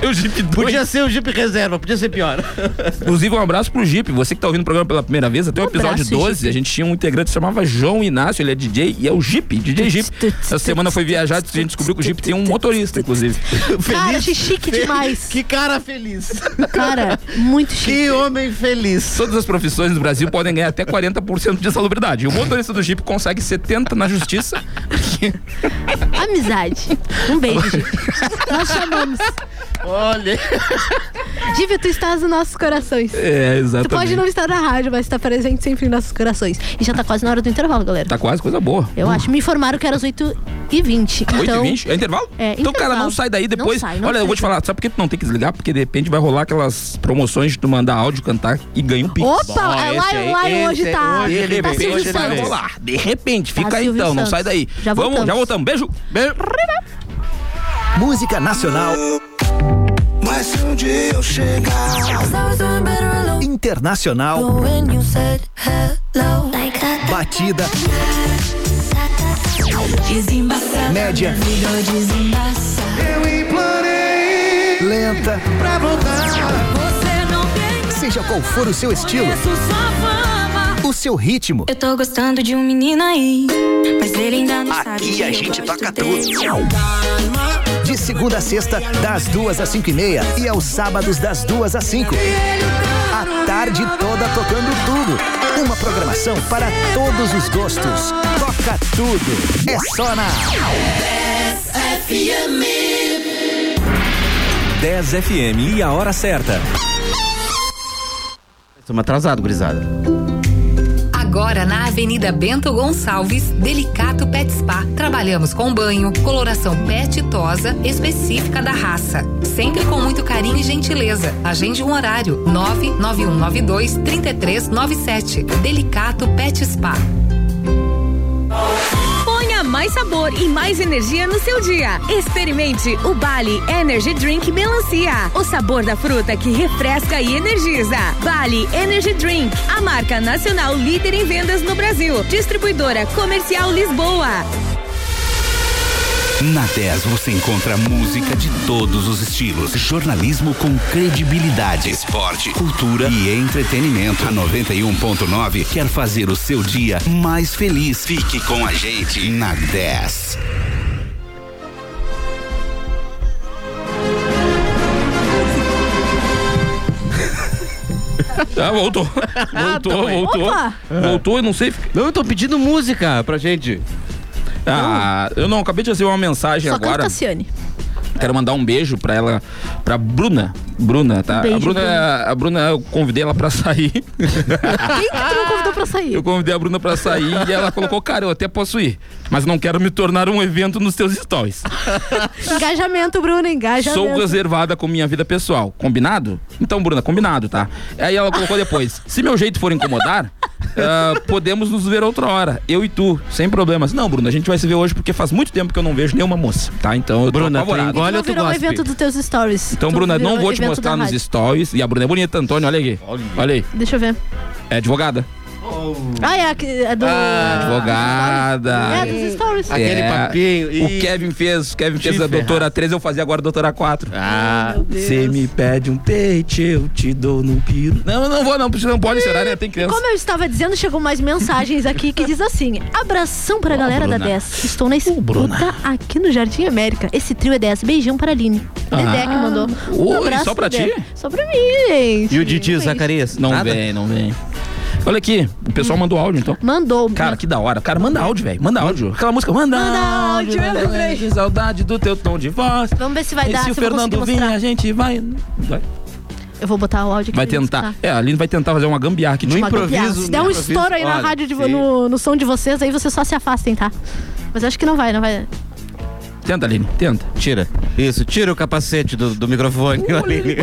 Eu Jeep
Podia ser o Jeep reserva, podia ser pior.
Inclusive, um abraço pro Jeep. Você que tá ouvindo o programa pela primeira vez, até o
Um
episódio
abraço,
12,
Jeep.
a gente tinha um integrante que se chamava João Inácio, ele é DJ e é o Jeep, DJ Jeep.
tuts,
Essa semana foi viajar, a gente descobriu que o Jeep tem um motorista, inclusive.
Cara, achei chique demais.
Que cara feliz.
Cara, muito chique.
Que homem feliz.
Todas as profissões do Brasil podem ganhar até 40% de salubridade. E o motorista do Jeep consegue 70% na justiça.
Amizade. Um beijo, Givi. Nós chamamos.
Olha.
Givi, tu estás nos nossos corações.
É,
Tu
exatamente.
pode não estar na rádio, mas está presente sempre em nossos corações. E já tá quase na hora do intervalo, galera.
Tá quase coisa boa.
Eu acho. Me informaram que era às 8h20. Então,
8h20? É intervalo?
É,
então, cara,
intervalo.
não sai daí depois.
Não sai, não
Olha, eu
sai.
vou te falar, sabe por que tu não tem que desligar? Porque de repente vai rolar aquelas promoções de tu mandar áudio cantar e ganha um pix.
Opa, é lá, é lá,
esse
hoje
aí,
tá.
hoje ele
tá
veio,
Silvio
hoje ele
Santos. Tá
veio.
Vamos lá, de repente, fica aí
Silvio
então, não
Santos.
sai daí.
Já
Vamos,
voltamos.
já voltamos. Beijo. Beijo.
Música nacional.
Mas se um dia eu chegar Internacional Batida Média Lenta Seja qual for o seu estilo O seu ritmo
Eu tô gostando de um menino aí, mas ele ainda não sabe.
Aqui
que
a
eu
gente
gosto
toca
dele.
tudo De segunda a sexta Das duas às cinco e meia E aos sábados das duas às cinco A tarde toda tocando tudo. Uma programação para todos os gostos. Toca tudo. É só na
10 FM e a hora certa.
Estamos atrasados, gurizada.
Agora na Avenida Bento Gonçalves, Delicato Pet Spa. Trabalhamos com banho, coloração pet e tosa específica da raça. Sempre com muito carinho e gentileza. Agende um horário: 99192-3397. Delicato Pet Spa.
Ponha mais sabor e mais energia no seu dia. Experimente o Bali Energy Drink Melancia. O sabor da fruta que refresca e energiza. Bali Energy Drink, a marca nacional líder em vendas no Brasil. Distribuidora Comercial Lisboa.
Na 10 você encontra música de todos os estilos, jornalismo com credibilidade, esporte, cultura e entretenimento. A 91.9 quer fazer o seu dia mais feliz. Fique com a gente na 10.
Ah, voltou. Voltou, voltou.
Opa!
É. Voltou, eu não sei.
Não, eu tô pedindo música pra gente.
Ah, eu não, acabei de receber uma mensagem
Só canta
agora.
Cassiane.
Quero mandar um beijo pra ela, pra Bruna. Bruna, tá?
Beijo,
a Bruna,
Bruna.
a Bruna, eu convidei ela pra sair.
Quem que tu não convidou pra sair.
Eu convidei a Bruna pra sair e ela colocou, cara, eu até posso ir, mas não quero me tornar um evento nos teus stories.
Engajamento, Bruna, engajamento.
Sou um reservada com minha vida pessoal. Combinado? Então, Bruna, combinado, tá? Aí ela colocou depois: se meu jeito for incomodar, ah, podemos nos ver outra hora. Eu e tu, sem problemas. Não, Bruna, a gente vai se ver hoje porque faz muito tempo que eu não vejo nenhuma moça, tá? Então eu tô
Bruna,
apavorado.
Olha, tu virou um evento dos teus stories.
Então,
Tu
Bruna, não
virou um
vou te
evento da
mostrar nos
rádio.
stories. E a Bruna é bonita, Antônio, olha aqui. Olha aí.
Deixa eu ver.
É advogada.
Ah, é, a que- é do.
Ah. Advogada.
É, dos stories. Aquele
papinho. O Kevin fez, o Kevin fez a doutora 3, eu fazia agora a doutora 4. Ah, você me pede um peito, eu te dou no piro. Não, não vou, não, porque não pode chorar, né? Tem criança.
Como assim? eu estava dizendo, chegou mais mensagens aqui que diz assim: abração pra galera da
Bruna.
10. Estou na escuta aqui no Jardim América. Esse trio é 10. Beijão para a Aline.
Ah.
Dedé que mandou. Um
Oi,
abraço,
só pra
Dedé.
ti?
Só pra mim, gente.
Didi Zacarias? Não vem, não vem. Olha aqui, o pessoal mandou áudio então.
Mandou.
Cara, que da hora. Cara, manda áudio, velho. Manda áudio. Aquela música, manda,
Manda áudio, eu
manda
lembrei.
áudio, Saudade do teu tom de voz.
Vamos ver se vai
E se
dar.
o
eu vou
Fernando vir,
conseguir mostrar.
a gente vai. Vai,
Eu vou botar o áudio aqui.
vai
pra gente
tentar.
escutar.
É, a Aline vai tentar fazer uma gambiarra aqui. No
Uma gambiarra. Se der um estouro aí na rádio, de, vo- no, no som de vocês, aí vocês só se afastem, tá? Mas acho que não vai, não vai.
Tenta, Aline, tenta.
Tira. Isso, tira o capacete do, do microfone. Aline.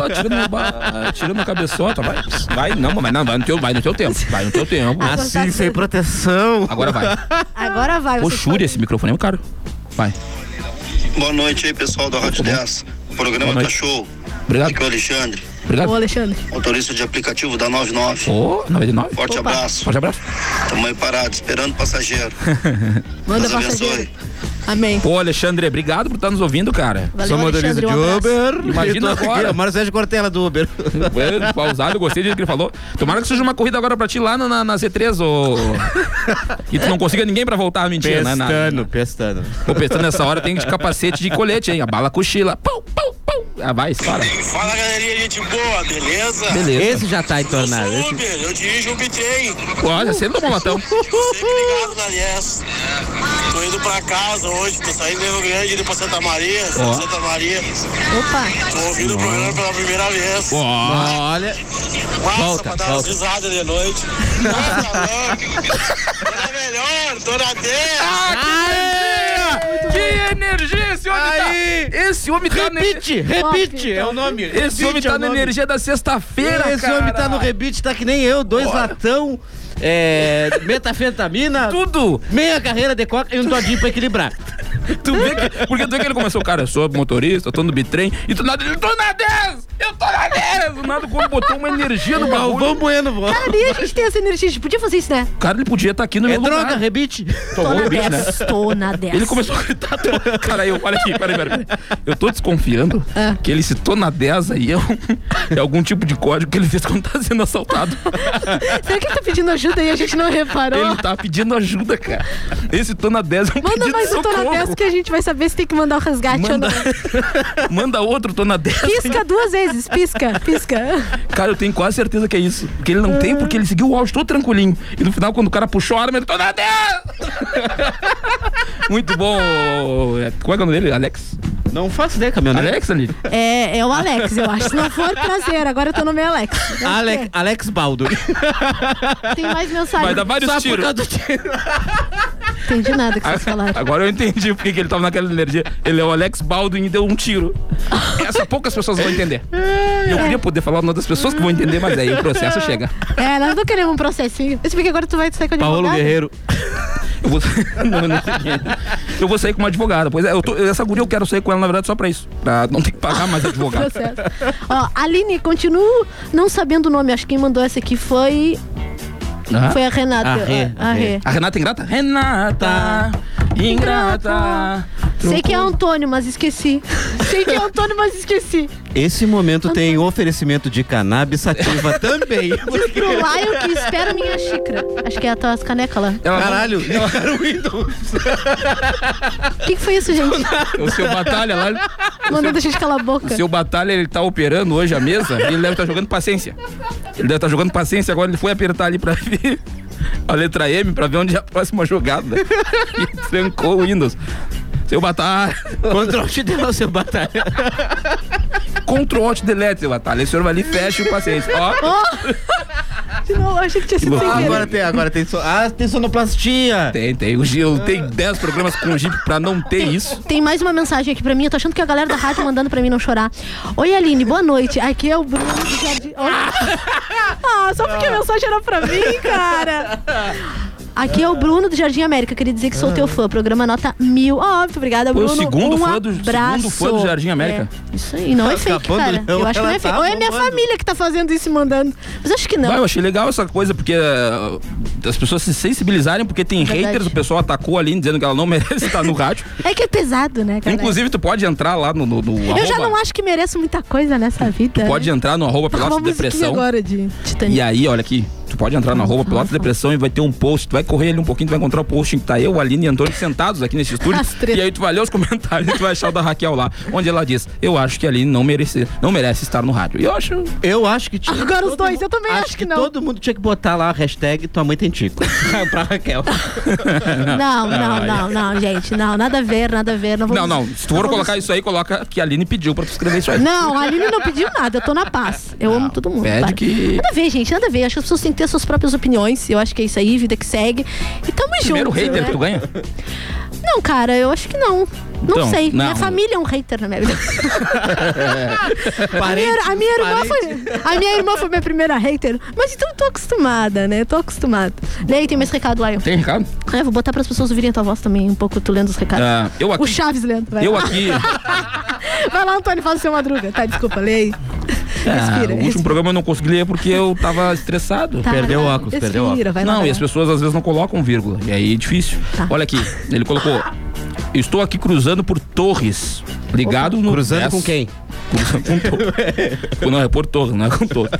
Tirando a cabeçota, vai. Vai, não, mas não, vai no teu, vai no teu tempo. Vai no teu tempo.
Assim, sem
proteção. Agora vai.
Agora vai.
Ô,
vocês
Xúria, esse microfone é caro. Vai.
Boa noite aí, pessoal da Rádio 10. O programa tá show.
Obrigado.
Aqui é o Alexandre,
Obrigado.
Ô, Alexandre.
motorista de aplicativo da 99.
Ô, 99.
Forte abraço.
Forte abraço.
Tamo aí parado, esperando o passageiro.
Manda
Deus abençoe.
passageiro. Amém.
Pô, Alexandre, obrigado por estar nos ouvindo, cara.
Valeu, Sou motorista Alexandre, um de abraço.
Uber.
Imagina
Eu tô aqui,
agora.
é Mário
Sérgio Cortella do Uber. Pausado, eu gostei disso que ele falou. Tomara que surja uma corrida agora pra ti lá na, na- na Z3, ô. E tu não consiga ninguém pra voltar, mentira, né? Na-
Pestando, pestando.
Pô, pensando nessa hora, tem de capacete de colete, hein? A bala cochila. Pau, pau, pau. Ah, vai, para.
Fala galerinha, gente boa, beleza?
Beleza. Esse já tá entornado.
Eu sou Uber, eu dirijo o BJ.
Olha, você é louco, Matão.
Sempre ligado na Yes. Tô indo pra casa hoje, tô saindo do Rio Grande, indo pra Santa Maria.
Ó.
Santa Maria.
Opa.
Tô ouvindo o programa pela primeira vez.
Olha.
Massa
Volta,
pra dar
volta.
umas risadas de noite. Nossa, louco. Tô na melhor, tô na 10.
Ah, Que energia esse homem tá! Esse homem tá então.
Rebite, rebite, é o nome.
Esse homem
Rebite é
tá
o
na
nome.
energia da sexta-feira, cara.
Esse homem tá no rebite, tá que nem eu, dois latão. É, metafetamina.
Tudo.
Meia carreira de coca e um todinho pra equilibrar.
Tu vê que, porque tu vê que ele começou, cara, eu sou motorista, eu tô no bitrem, e tu nada, é eu tô na 10! Eu tô na 10! Do nada, quando botou uma energia no bagulho.
É Galvão Bueno, vó.
Cara, nem a gente tem essa energia. A gente podia fazer isso, né?
Cara, ele podia estar aqui no
É
meu lugar.
droga, rebite.
Tomou
Tô na
o bicho,
10.
né?
Tô na 10.
Ele começou a gritar. tô- Cara, eu, olha aqui, peraí, peraí. peraí. Eu tô desconfiando
Ah.
que ele citou na 10 aí. É, um- é algum tipo de código que ele fez quando tá sendo assaltado.
Será que ele tá pedindo ajuda e a gente não reparou?
Ele tá pedindo ajuda, cara. Esse tô na 10 é um
Manda
pedido
mais
de
um tô na
socorro.
10 que a gente vai saber se tem que mandar o resgate
Manda, assim.
ou não.
manda outro tô na 10.
Pisca duas vezes. Pisca, pisca.
Cara, eu tenho quase certeza que é isso. Porque ele não tem, porque ele seguiu o áudio todo tranquilinho. E no final, quando o cara puxou a arma, ele tô na 10! Muito bom. é, Como é que é o nome dele? Alex?
Não faço ideia, caminhoneiro.
Alex, ali?
É, é o Alex, eu acho. Se não for, prazer. Agora eu tô no meu Alex.
Alex, Alex Baldo.
Tem mais mensagem.
Vai dar vários
Só por
tiros.
causa do tiro.
Não entendi nada que vocês falaram.
Agora eu entendi porque que ele tava naquela energia. Ele é o Alex Baldwin e deu um tiro. Essa poucas pessoas vão entender. E eu queria poder falar o nome das pessoas que vão entender, mas aí o processo chega.
É, nós não queremos um processinho. Eu sei que agora tu vai sair com a
Paulo Guerreiro.
Eu vou, não, não sei quem é. eu vou sair com uma advogada. Pois é, eu tô- essa guria eu quero sair com ela, na verdade, só pra isso. Pra não ter que pagar mais advogado.
processo. Ó, Aline, continuo não sabendo o nome. Acho que quem mandou essa aqui foi.
Ah.
Foi a Renata.
A Rê,
A Rê.
A Renata é ingrata? Renata! Ingrata!
Sei que é Antônio, mas esqueci. Sei que é Antônio, mas esqueci.
Esse momento tem oferecimento de cannabis sativa também.
Pro Lion que espera minha xícara. Acho que é a tua caneca lá.
Ela não-
Caralho, eu quero Windows.
O que, que foi isso, gente?
o seu batalha lá.
Mandando a gente calar a boca.
O seu batalha, ele tá operando hoje a mesa e ele deve estar jogando paciência. Ele deve estar jogando paciência, agora ele foi apertar ali pra ver a letra M, pra ver onde é a próxima jogada. E trancou o Windows. Seu batalha.
Control te deu seu batalha.
Ctrl Alt Delete, seu batalha. Aí O senhor vai ali e fecha o paciência. Ó,
Ó, De novo, achei que tinha sido sem
Ah,
querer.
agora tem, agora tem. So... Ah, tem sonoplastia.
Tem, tem. O Gil tem 10 programas com o Jeep pra não ter isso.
Tem mais uma mensagem aqui pra mim. Eu tô achando que a galera da rádio mandando pra mim não chorar. Oi, Aline, boa noite. Aqui é o Bruno do Jardim. Olha. Ah, só porque a mensagem era pra mim, cara. Aqui é o Bruno do Jardim América. Queria dizer que sou teu fã. Programa nota mil. Ó, muito obrigada,
É. Foi o
Bruno.
segundo
um
fã do- segundo
abraço.
fã do Jardim América.
É, Isso aí. Não é fake,
Capão do
cara.
Leão,
Eu acho que não
ela
é fake.
tá
Ou é minha
bombando.
família que tá fazendo isso e mandando. Mas acho que não.
Vai, eu achei legal essa coisa, porque eh, as pessoas se sensibilizarem, porque tem
É Verdade.
haters, o pessoal atacou ali dizendo que ela não merece estar no rádio.
É que é pesado, né, cara?
Inclusive, tu pode entrar lá no. no, no
eu já
arroba-
não acho que mereço muita coisa nessa vida.
Pode
né?
entrar no arroba
Tá,
Pilotos
uma musiquinha
Depressão.
agora de Titanic.
E aí, olha aqui, tu pode entrar no arroba Pilotos Depressão e vai ter um post. Tu vai correr ali um pouquinho, tu vai encontrar o post em que tá eu, Aline e Antônio sentados aqui nesse estúdio.
As três.
E aí tu vai ler os comentários e tu vai achar o da Raquel lá, onde ela diz, eu acho que a Aline não merece, não merece estar no rádio. E eu acho.
Eu acho que tinha.
Agora os dois, eu também acho,
que não. Todo mundo tinha que botar lá a hashtag tua mãe tem tico. pra Raquel.
Não, não, não, não, gente. Não, nada a ver, nada a ver. Não,
Ah, Não,
vamos-
não. Se tu for colocar isso aí, coloca que a Aline pediu pra tu escrever isso aí.
Tá Não, a Aline não pediu nada, eu tô na paz. Eu amo todo mundo.
pede
para.
que-
Nada a ver, gente, nada a ver. Acho que as pessoas têm que ter suas próprias opiniões. Eu acho que é isso aí, vida que segue. E tamo
Primeiro
junto.
hater
né?
que tu ganha?
Não, cara, eu acho que não. Não
Então,
sei. Minha
não.
família é um hater na minha vida. A minha, a minha irmã foi, a minha irmã foi minha primeira hater. Mas então eu tô acostumada, né? Eu tô acostumada. Lei, tem mais recado lá.
Tem recado?
É, vou botar pras pessoas ouvirem a tua voz também, um pouco tu lendo os recados.
Ah, eu aqui-
O Chaves lendo. vai.
Eu aqui.
Vai lá, Antônio, faz o seu madruga. Tá, desculpa, lei.
Ah, o último programa eu não consegui ler porque eu tava estressado.
Tá, Perdeu o vai lá, óculos, respira, perdeu o óculos. vai lá,
não,
vai
e
lá. Tá.
as pessoas às vezes não colocam vírgula. E aí é difícil. Olha aqui, ele colocou. "Eu Estou aqui cruzando por Torres. Ligado no.
Cruzando com quem?
Cruzando com Torres. não, é por Torres, não é com Torres.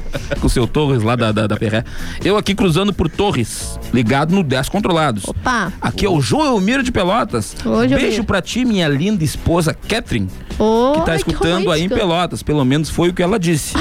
Com o seu Torres lá da, da, da Perré. Eu aqui cruzando por Torres. Ligado no 10 Controlados.
Opa!
Aqui é o João Elmiro de Pelotas.
Ô, Joelmiro.
Beijo pra ti, minha linda esposa Catherine,
Ô,
que tá
ai,
escutando aí em
romântica.
Pelotas. Pelo menos foi o que ela disse.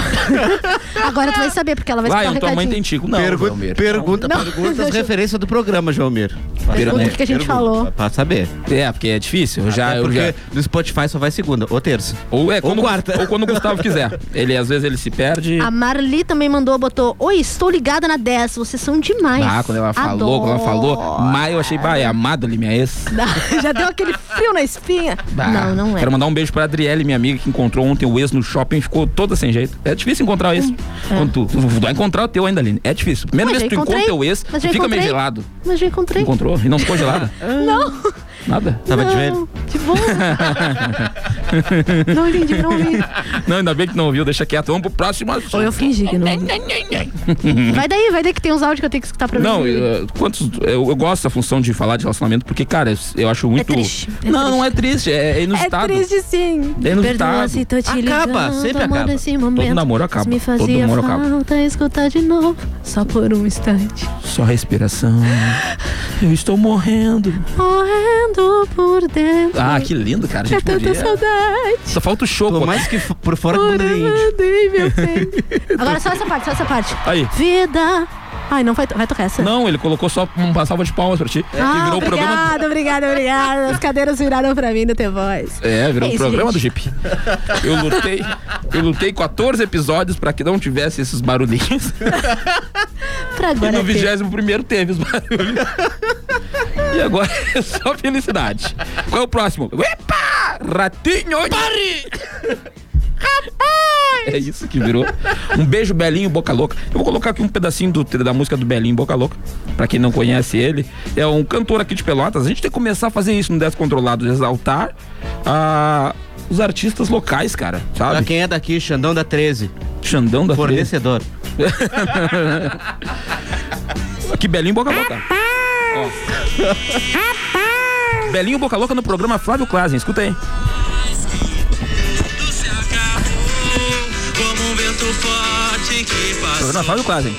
Agora tu vai saber, porque ela vai
Vai, é
escutar
tá
tua mãe tem
recadinho.
tico. Não, tá
Pergu-
Valmir.
pergunta,
Não,
pergunta as
deixa eu-
referências do programa, João Mir.
né?
Pergunta o que que a gente falou.
Pra saber.
É, porque é difícil. Eu já,
Até
eu
porque
já.
no Spotify só vai segunda ou terça.
Ou é quando,
quarta.
Ou quando o Gustavo quiser. Ele, às vezes, ele se perde.
A Marli também mandou, botou: Oi, estou ligada na 10, vocês são demais.
Ah, quando ela falou, quando ela falou. Mas eu achei, bah, é a Madeline, minha ex.
Não, Já deu aquele frio na espinha.
Bah.
Não, não é.
Quero mandar um beijo pra Adriele, minha amiga, que encontrou ontem o ex no shopping e ficou toda sem jeito. É difícil encontrar o ex. Quando tu, tu vai encontrar o teu ainda, Aline. É difícil. Primeira vez
Mas É. já
que tu encontra
encontrei.
o ex,
Mas
tu
já
fica meio
encontrei.
gelado.
Mas já encontrei.
Encontrou? E não ficou gelada?
Não.
Nada?
Tava de
não,
velho?
De boa. Não entendi, não ouvi.
não, ainda bem que não ouviu, deixa quieto. Vamos pro próximo assunto.
Ou eu fingi que não ouvi. Vai daí, vai daí que tem uns áudios que eu tenho que escutar pra mim.
Não, eu, quantos. Eu, eu gosto da função de falar de relacionamento, porque, cara, eu acho muito.
triste, é
não, não é triste, é, é
É
inusitado.
triste sim.
É inusitado.
Perdoa se tô te
Acaba,
ligando,
sempre
amor,
acaba.
nesse momento.
Todo namoro acaba,
Mas Me
todo
fazia
namoro acaba.
falta escutar de novo, só por um instante.
Só respiração. Eu estou morrendo.
Morrendo por dentro.
Ah, que lindo, cara. A
é
gente
tanta
podia-
saudade.
Só falta o choco.
Por mais que f- por fora
por
como índio.
onde, meu bem. Agora só essa parte, só essa parte.
Aí.
Vida. Ai, não vai, to- vai tocar essa.
Não, ele colocou só uma salva de palmas pra ti. É, que
Ah,
virou o programa.
obrigada, obrigada, obrigada. As cadeiras viraram pra mim no The Voice.
É, virou
É
um
isso,
programa
gente.
do Jeep. Eu lutei, eu lutei 14 episódios pra que não tivesse esses barulhinhos.
Pra
E
agora. é
no
ter.
21 teve os barulhos. e agora é só felicidade. Qual é o próximo? Epa! Ratinho! Pare! É isso que virou. Um beijo, Belinho Boca Louca. Eu vou colocar aqui um pedacinho do, da música do Belinho Boca Louca, pra quem não conhece ele. É um cantor aqui de Pelotas. A gente tem que começar a fazer isso no Descontrolado, exaltar ah, os artistas locais, cara,
Pra
sabe?
quem é daqui, Xandão da 13.
Xandão da Treze.
Fornecedor.
Que belinho boca louca. Ó. Belinho boca louca no programa Flávio Klazen, escuta aí.
Como um vento forte que
Programa Flávio Klazen.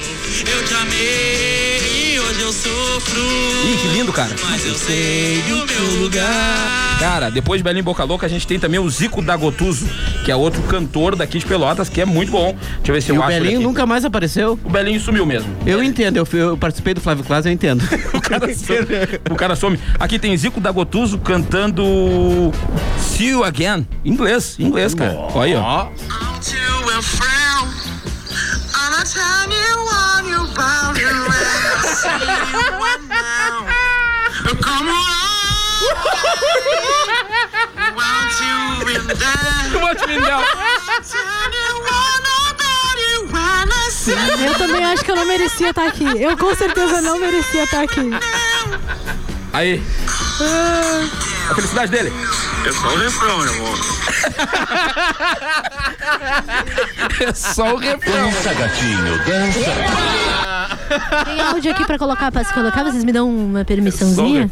Eu te amei e hoje eu sofro.
Ih, que lindo, cara.
Mas eu sei do meu lugar.
Cara, depois de Belinho Boca Louca, a gente tem também o Zico da Gotuso, que é outro cantor daqui de Pelotas, que é muito bom. Deixa eu ver se
E
eu
o
acho ele
Belinho
aqui.
nunca mais apareceu.
O Belinho sumiu mesmo.
Eu entendo, eu, fui- eu participei do Flávio Claus, eu entendo.
O cara, some, o cara some. Aqui tem Zico da Gotuso cantando See You Again. Inglês, inglês, cara. Olha aí, ó.
To and fro. On a time you on your pau de mão. Como I want you in there.
Want you in there.
Eu também acho que eu não merecia estar aqui. Eu com certeza não merecia estar aqui.
Aí. A felicidade dele.
É só o refrão, meu amor.
É só o refrão.
Dança, gatinho, dança.
Tem um áudio aqui pra colocar, pra se colocar, vocês me dão uma
um
permissãozinha?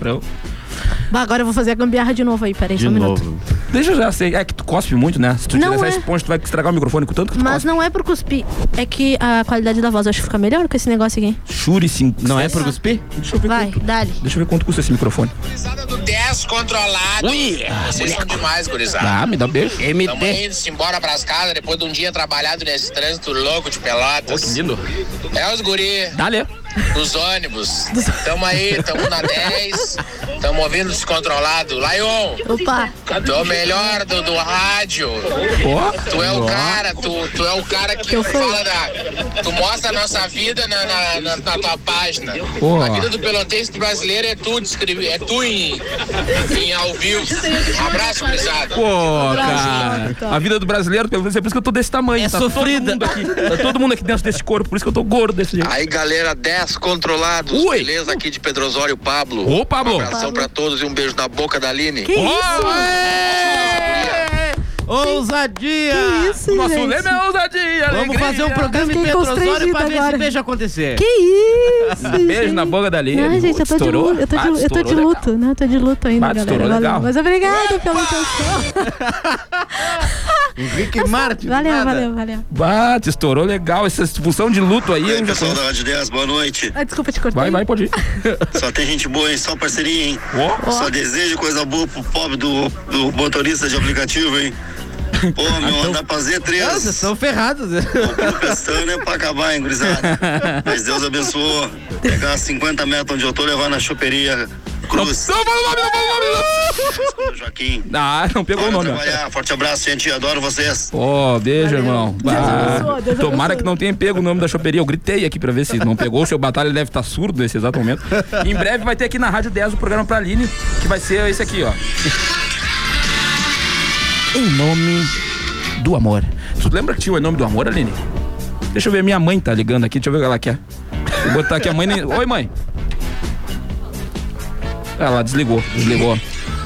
Bah, agora eu vou fazer a gambiarra de novo aí, peraí, só um minuto.
Deixa eu já sei. É que tu cospe muito, né? Se tu
Não
tiver essa
é.
esponja, tu vai estragar o microfone com tanto que tu
Mas não é por cuspir, é que a qualidade da voz eu acho que fica melhor com esse negócio aqui.
Chure sim. Não
é pro
cuspir? Deixa eu ver.
Vai, dali.
Deixa eu ver quanto custa esse microfone.
Descontrolado.
Ui,
Vocês são demais, gurizada.
Ah, me dá um beijo.
Tamo indo embora pras casas depois de um dia trabalhado nesse trânsito louco de pelotas.
que lindo.
É os guri.
Dale.
Dos ônibus. Tamo aí, tamo na 10. Tamo ouvindo descontrolado. Lion,
Opa.
tu é o melhor do, do rádio.
Ó.
Tu é o
Ó.
cara, tu, tu é o cara que
Eu fui.
fala da. Tu mostra a nossa vida na, na, na- na tua página.
Ó.
A vida do pelotense brasileiro é tu, descrever, é tu em, em ao vivo. Um abraço, gurizada.
Pô, cara. A vida do brasileiro, pelo menos, é por isso que eu tô desse tamanho. É
sofrida.
Todo mundo, aqui, tá todo mundo aqui dentro desse corpo, por isso que eu tô gordo desse jeito.
Aí, galera, descontrolados.
Ui.
Beleza? Aqui de Pedro Osório, Pablo.
Ô, Pablo.
Um abração pra todos e um beijo na boca da Aline.
Que isso?
Ousadia!
Que isso,
Nosso
gente?
lema é ousadia,
Vamos
alegria.
fazer um programa em
Fiquei
Pedro Osório
constrangida
pra ver esse
Tipo agora.
beijo acontecer.
Que isso?
um Beijo
gente?
na boca dali.
Ai, gente, eu tô de
Estourou?
luto. Eu tô
Ah,
de, eu tô de
estourou,
luto, né? Eu tô de luto ainda,
Bah,
galera.
estourou
Valeu.
legal.
Mas obrigada pela atenção.
Rick Martin.
Valeu,
nada.
valeu, valeu.
Bate, estourou legal. Essa função de luto aí.
E aí,
eu já
pessoal
tô-
da Rádio 10, boa noite.
Ah, desculpa te cortar.
Vai, vai, pode ir.
Só tem gente boa, hein? Só parceria, hein?
Ó.
Só desejo coisa boa pro pobre do, do motorista de aplicativo, hein? Pô, meu, andar pra
Ah, Vocês
Z3.
são ferrados.
Pensando é pra acabar, hein, gurizada? Mas Deus abençoou. Pegar 50 metros onde eu tô, levar na choperia Cruz.
Não, fala o nome, não, fala o nome, não.
Joaquim.
Ah, não pegou o
Bora
nome. ó.
trabalhar. Forte abraço, gente. Adoro vocês.
Ó, beijo, irmão.
Deus
Ah,
abençoe, Deus
tomara
abençoe.
que não tenha pego o nome da choperia. Eu gritei aqui pra ver se não pegou. O seu batalha deve estar surdo nesse exato momento. Em breve vai ter aqui na Rádio 10 o programa pra Aline, que vai ser esse aqui, ó. Em nome do amor. Tu lembra que tinha o Em Nome do Amor, Aline? Deixa eu ver, minha mãe tá ligando aqui, deixa eu ver o que ela quer. Vou botar aqui a mãe. nem- Oi, mãe. Ela desligou, desligou.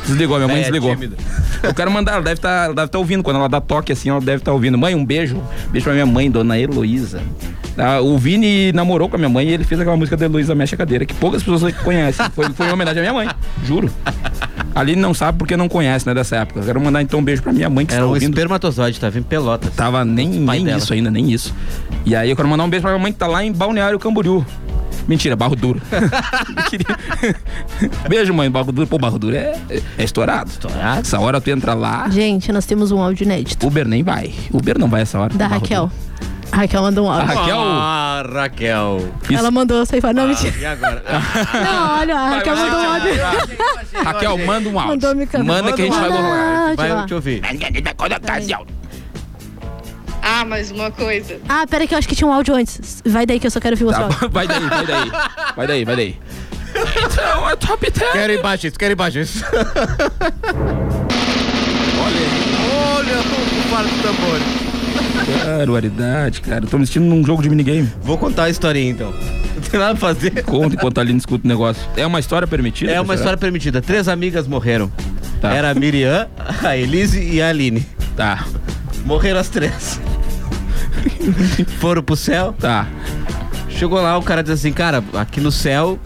Desligou, minha mãe
É,
desligou.
tímida.
Eu quero mandar, ela deve estar deve tá ouvindo. Quando ela dá toque assim, ela deve estar ouvindo. Mãe, um beijo. Beijo pra minha mãe, dona Heloísa. Ah, o Vini namorou com a minha mãe e ele fez aquela música da Heloísa Mexe a Cadeira, que poucas pessoas conhecem. Foi, foi em homenagem à minha mãe, juro. A Aline não sabe porque não conhece, né, dessa época. Eu quero mandar então um beijo pra minha mãe que
Era
está
um
ouvindo.
espermatozoide, tava em pelotas.
Tava nem,
pai
nem
dela.
isso ainda, nem isso. E aí eu quero mandar um beijo pra minha mãe que tá lá em Balneário Camboriú. Mentira, Barro Duro. Eu queria- beijo, mãe, Barro Duro. Pô, Barro Duro é, é estourado. Estourado. Essa hora tu entra lá,
Gente, nós temos um áudio inédito
Uber nem vai. Uber não vai essa hora.
da
Barro
Raquel.
Duro.
A Raquel mandou um
A
áudio.
Raquel...
Ah, Raquel.
isso-
Ela mandou sair fora. Não, mentira.
E agora?
Não, olha, a Raquel mandou um áudio.
Raquel, manda um áudio.
Mandou me cantar.
Manda que a gente vai
Manda um
rolar.
áudio
Vai,
lá.
eu te ouvir.
Ah, mais uma coisa.
Ah, pera que eu acho que tinha um áudio antes. Vai daí que eu só quero ouvir o
Tá,
seu áudio.
vai daí, vai daí. Vai daí, vai daí. Então, é top 10.
Quero ir baixo isso, quero ir baixo isso. Olha, olha o par do tambor.
Barbaridade, cara. Tô me sentindo num jogo de minigame.
Vou contar a historinha então. Não tem nada pra fazer.
Conta enquanto a Aline escuta o negócio. É uma história permitida?
É uma
será?
história permitida. Três amigas morreram.
Tá.
Era a Miriam, a Elise e a Aline.
Tá,
Morreram as três. Foram pro céu.
tá.
Chegou lá, o cara diz assim, cara, aqui no céu,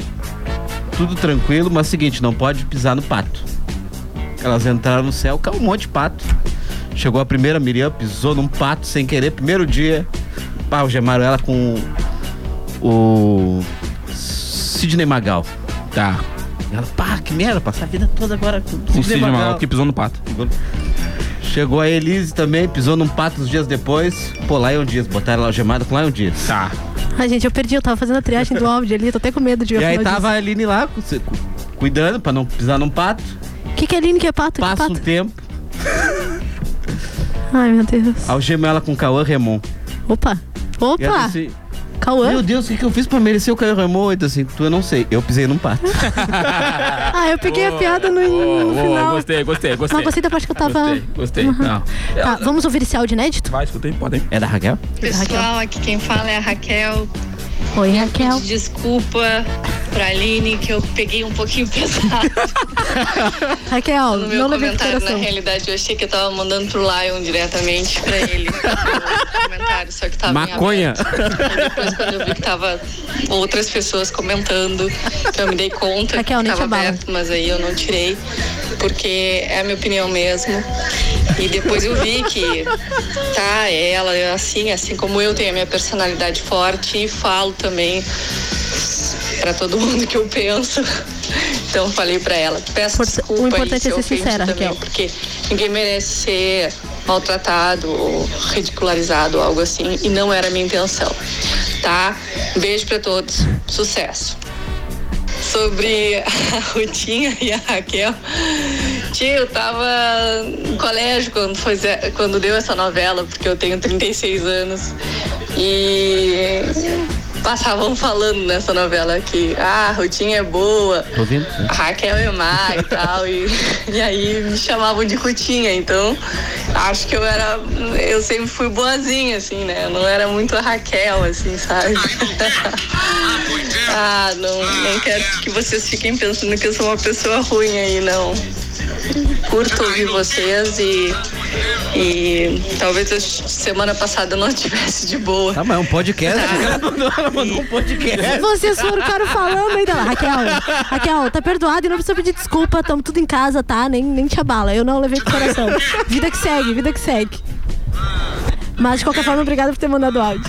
tudo tranquilo, mas seguinte, não pode pisar no pato. Elas entraram no céu, caiu um monte de pato. Chegou a primeira Miriam, pisou num pato sem querer, primeiro dia. Pá, algemaram ela com o Sidney Magal.
Tá.
E ela, pá, que merda, passar a vida toda agora com
O Cid Magal que pisou no pato.
Chegou a Elise também, pisou num pato uns dias depois. Pô, Lion Dias, botaram ela algemada com é um Lion Dias.
Tá.
Ai, Ah, gente, eu perdi. Eu tava fazendo a triagem do áudio ali. Tô até com medo de ver
E
o
aí
final
tava a Aline lá, cu- cuidando pra não pisar num pato.
disso. Que que é Aline? Que é pato? Que
Passa um
pato?
tempo,
Ai, meu Deus.
algema ela com Cauã Remon.
Opa.
E ela
Opa.
disse,
Cauã.
Meu Deus, o que, que eu fiz pra merecer o Caio Ramon? Oito, assim, tu eu não sei. Eu pisei num pato.
Ah, eu peguei a piada no, no final.
Gostei, gostei, gostei.
Não, Ah, gostei da parte que eu tava.
Gostei, gostei.
Uhum.
Não.
Tá, vamos ouvir esse áudio inédito?
Vai, escutei, podem.
É da Raquel?
Pessoal, aqui quem fala é a Raquel.
Oi, Raquel.
Desculpa pra Aline que eu peguei um pouquinho pesado
Raquel,
no meu
não levei em
comentário. Na
consideração.
realidade, eu achei que eu tava mandando pro Lion diretamente pra ele. o comentário, só que tava em
Maconha.
Depois, quando eu vi que tava outras pessoas comentando, então eu me dei conta
Raquel,
que
nem
tava
te abala.
aberto, mas aí eu não tirei, porque é a minha opinião mesmo. E depois eu vi que, tá, ela é assim, assim como eu tenho a minha personalidade forte e falo também pra todo mundo que eu penso. Então eu falei pra ela, peço desculpa aí
importante
se
é
eu
ser
ofendi
sincera,
também,
Raquel.
porque ninguém merece ser maltratado ou ridicularizado ou algo assim, e não era a minha intenção, tá? Um beijo pra todos, sucesso! Sobre a Rutinha e a Raquel, tia, eu tava no colégio quando, foi, quando deu essa novela, porque eu tenho 36 anos, e passavam falando nessa novela que ah, a Rutinha é boa,
Tô ouvindo?
a Raquel é má e tal, e, e aí me chamavam de Rutinha, então acho que eu era, eu sempre fui boazinha, assim, né? Eu não era muito a Raquel, assim, sabe? ah, não, não quero que vocês fiquem pensando que eu sou uma pessoa ruim aí, não. Curto ouvir vocês e, e talvez eu- semana passada eu não estivesse de boa.
Tá, mas é um podcast. Ela mandou, ela mandou um podcast.
Vocês foram ficaram falando ainda lá. Raquel, Raquel, tá perdoada e não precisa pedir desculpa. Tamo tudo em casa, tá? Nem, nem te abala. Eu não levei pro coração. Vida que segue, vida que segue. Mas de qualquer forma, obrigada por ter mandado o áudio.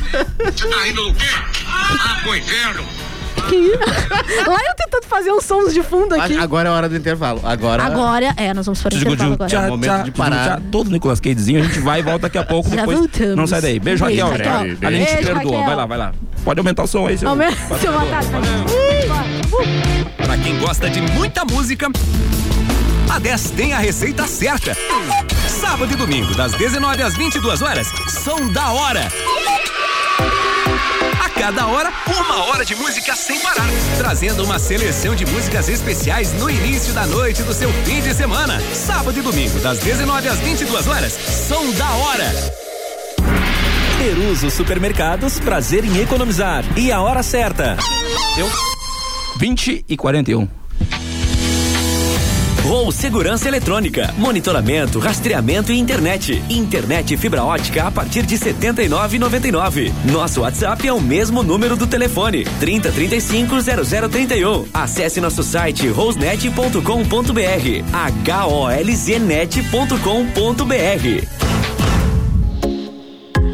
Que isso? Lá eu tentando fazer uns sons de fundo aqui.
Agora é a hora do intervalo. Agora.
Agora, é, nós vamos para o
Tchugu,
intervalo
tchugu, tchá,
agora.
É o momento
tchá,
de
tchugu,
parar.
tchá. Todo Nicolas Cagezinho, a gente vai e volta daqui a pouco.
Já
depois.
voltamos.
Não sai daí. Beijo,
Beijo,
Raquel.
Raquel.
A gente te
Beijo,
perdoa.
Raquel.
Vai lá, vai lá. Pode aumentar o som aí, seu.
Aumenta seu batata. Ih, bora.
Para quem gosta de muita música, a 10 tem a receita certa. Sábado e domingo, das 19 às 22 horas, são da hora. A cada hora, uma hora de música sem parar, trazendo uma seleção de músicas especiais no início da noite do seu fim de semana. Sábado e domingo, das 19 às 22 horas, são da hora.
Peruso Supermercados, prazer em economizar. E a hora certa. Eu?
20 e 41.
Ou segurança eletrônica, monitoramento, rastreamento e internet. Internet fibra ótica a partir de 79,99. Nosso WhatsApp é o mesmo número do telefone, 30350031. Acesse nosso site rosnet.com.br, h o l z net.com.br.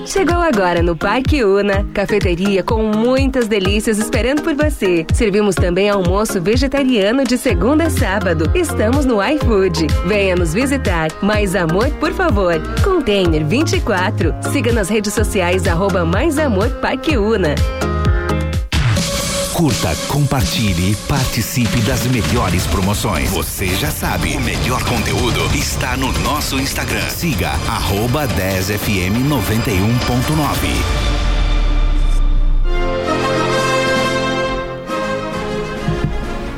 Chegou agora no Parque Una, cafeteria com muitas delícias esperando por você. Servimos também almoço vegetariano de segunda a sábado. Estamos no iFood. Venha nos visitar. Mais amor, por favor. Container 24. Siga nas redes sociais arroba Mais Amor Parque Una.
Curta, compartilhe e participe das melhores promoções. Você já sabe, o melhor conteúdo está no nosso Instagram. Siga arroba 10fm91.9.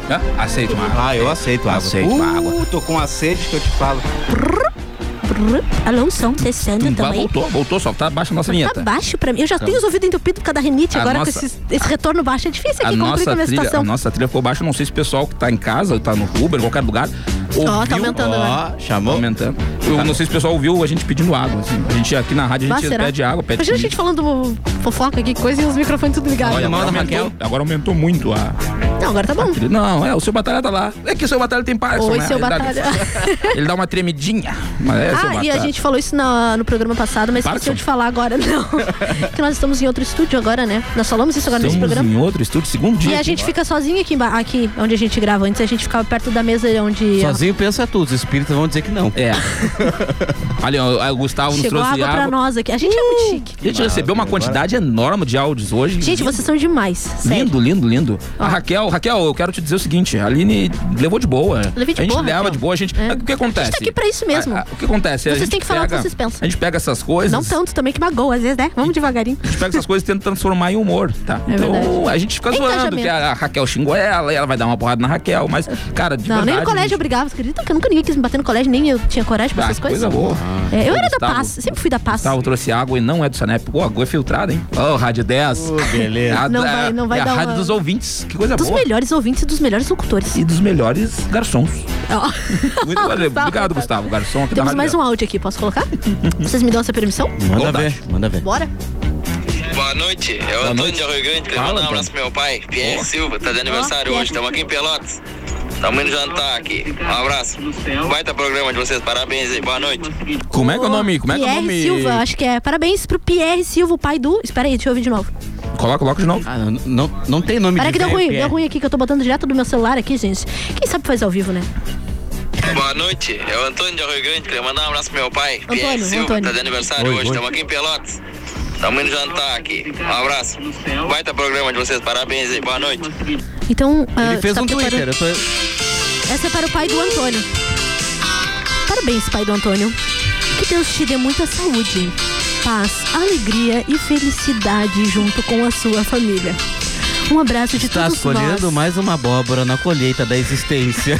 Hã? Aceito uma água.
Ah, eu aceito água.
Aceito uma
Uh,
água.
Tô com a sede que eu te falo.
Brrr. Alonso, 60
Vai,
também.
voltou, voltou, só tá baixa a nossa vinheta.
Tá baixo pra mim. Eu já
Então.
tenho os ouvidos entupidos por causa da rinite.
A
Agora
nossa-
com esses- esse retorno baixo é difícil
A
aqui, complica
nossa,
a minha
trilha, a
situação.
nossa trilha ficou baixa. Não sei se o pessoal que tá em casa, ou tá no Uber, em qualquer lugar. Ouviu,
Ó, tá aumentando agora.
chamou? Tá. aumentando. Eu não sei se o pessoal ouviu a gente pedindo água. assim. A gente aqui na rádio a
Bah,
gente
será?
pede água, pede
Imagina a gente falando fofoca aqui, coisa e os microfones tudo ligados.
Olha, agora aumentou, agora aumentou muito a.
Não, agora tá bom.
Não, é, o seu batalha tá lá. É que o seu batalha tem Parkinson,
Oi,
né?
seu
Ele dá-
batalha.
Ele dá uma tremidinha. Mas é, seu
ah, e a
batalha.
gente falou isso na- no programa passado, mas esqueceu de falar agora, não. que nós estamos em outro estúdio agora, né? Nós falamos isso agora nesse
Estamos
programa.
em Um outro estúdio, segundo dia.
E a
aqui.
gente fica sozinho aqui, emba- aqui onde a gente grava. Antes a gente ficava perto da mesa onde.
Sozinho pensa tudo. Os espíritos vão dizer que não.
É. Ali, ó, o Gustavo nos
Chegou
trouxe Uh,
água pra nós aqui. A gente é muito chique.
A gente recebeu uma quantidade enorme de áudios hoje.
Gente, vocês são demais. Sério.
Lindo, lindo, lindo. A Raquel, Raquel, eu quero te dizer o seguinte: a Aline levou de boa.
Levei de
a gente
boa,
leva
Raquel.
de boa, a gente. Ah,
É.
O que acontece?
A gente tá aqui pra isso mesmo.
A- a- o que acontece? A
Vocês
gente
têm que falar o que
pega-
vocês pensam.
A gente pega essas coisas.
Não tá. tanto também que magoa, às vezes, né? Vamos devagarinho.
A gente pega essas coisas e tenta transformar em humor, tá?
É
então
verdade.
a gente fica
É
zoando
engajamento.
que a Raquel xingou ela e ela vai dar uma porrada na Raquel, mas, cara, de
Não,
verdade,
nem no colégio é eu
gente,
brigava. Você acredita que eu nunca ninguém quis me bater no colégio, nem eu tinha coragem
Ah,
pra essas
que
coisas?
coisa boa.
É, eu era da
Gustavo.
paz, sempre fui da paz.
Gustavo trouxe água e não é do Sanep. Pô, a água é filtrada, hein? Ô, Rádio 10. beleza.
Não vai- não vai
é a
dar
rádio
uma-
dos ouvintes. Que coisa
dos
boa.
melhores ouvintes e dos melhores locutores.
E dos melhores garçons. Muito valeu. Obrigado, Gustavo. Garçom aqui da
Temos
Rádio
mais um áudio aqui, posso colocar? Vocês me dão essa permissão?
Manda ver, manda ver.
Bora?
Boa noite, é o Antônio de Arrogante. Quero mandar um abraço pro meu pai, Pierre Silva, tá de aniversário hoje. Estamos aqui em Pelotas. Estamos indo jantar aqui. Um abraço. Baita programa de vocês, parabéns aí, boa noite.
Como é que é o nome? Como é que é o
Pierre
nome?
Silva, acho que é. Parabéns pro Pierre Silva, o pai do. Espera aí, deixa eu ouvir de novo.
Coloca, coloca de novo.
Ah, não, não, não tem nome
Para
de é.
que deu
velho,
ruim,
Pierre.
deu ruim aqui que eu tô botando direto do meu celular aqui, gente. Quem sabe faz ao vivo, né?
Boa noite, é o Antônio de Arrogante. Quero mandar um abraço pro meu pai,
Antônio,
Pierre Silva,
Antônio.
tá de aniversário
Oi,
hoje.
oi.
Estamos aqui em Pelotas. Estamos indo jantar aqui. Um abraço. Baita programa de vocês, parabéns aí, boa noite.
Então. ah,
Ele fez
tá
um
preparando-
Twitter. Eu tô...
Essa é para o pai do Antônio. Parabéns, pai do Antônio. Que Deus te dê muita saúde, paz, alegria e felicidade junto com a sua família. Um abraço de
Está
todos nós.
escolhendo Tá mais uma abóbora na colheita da existência.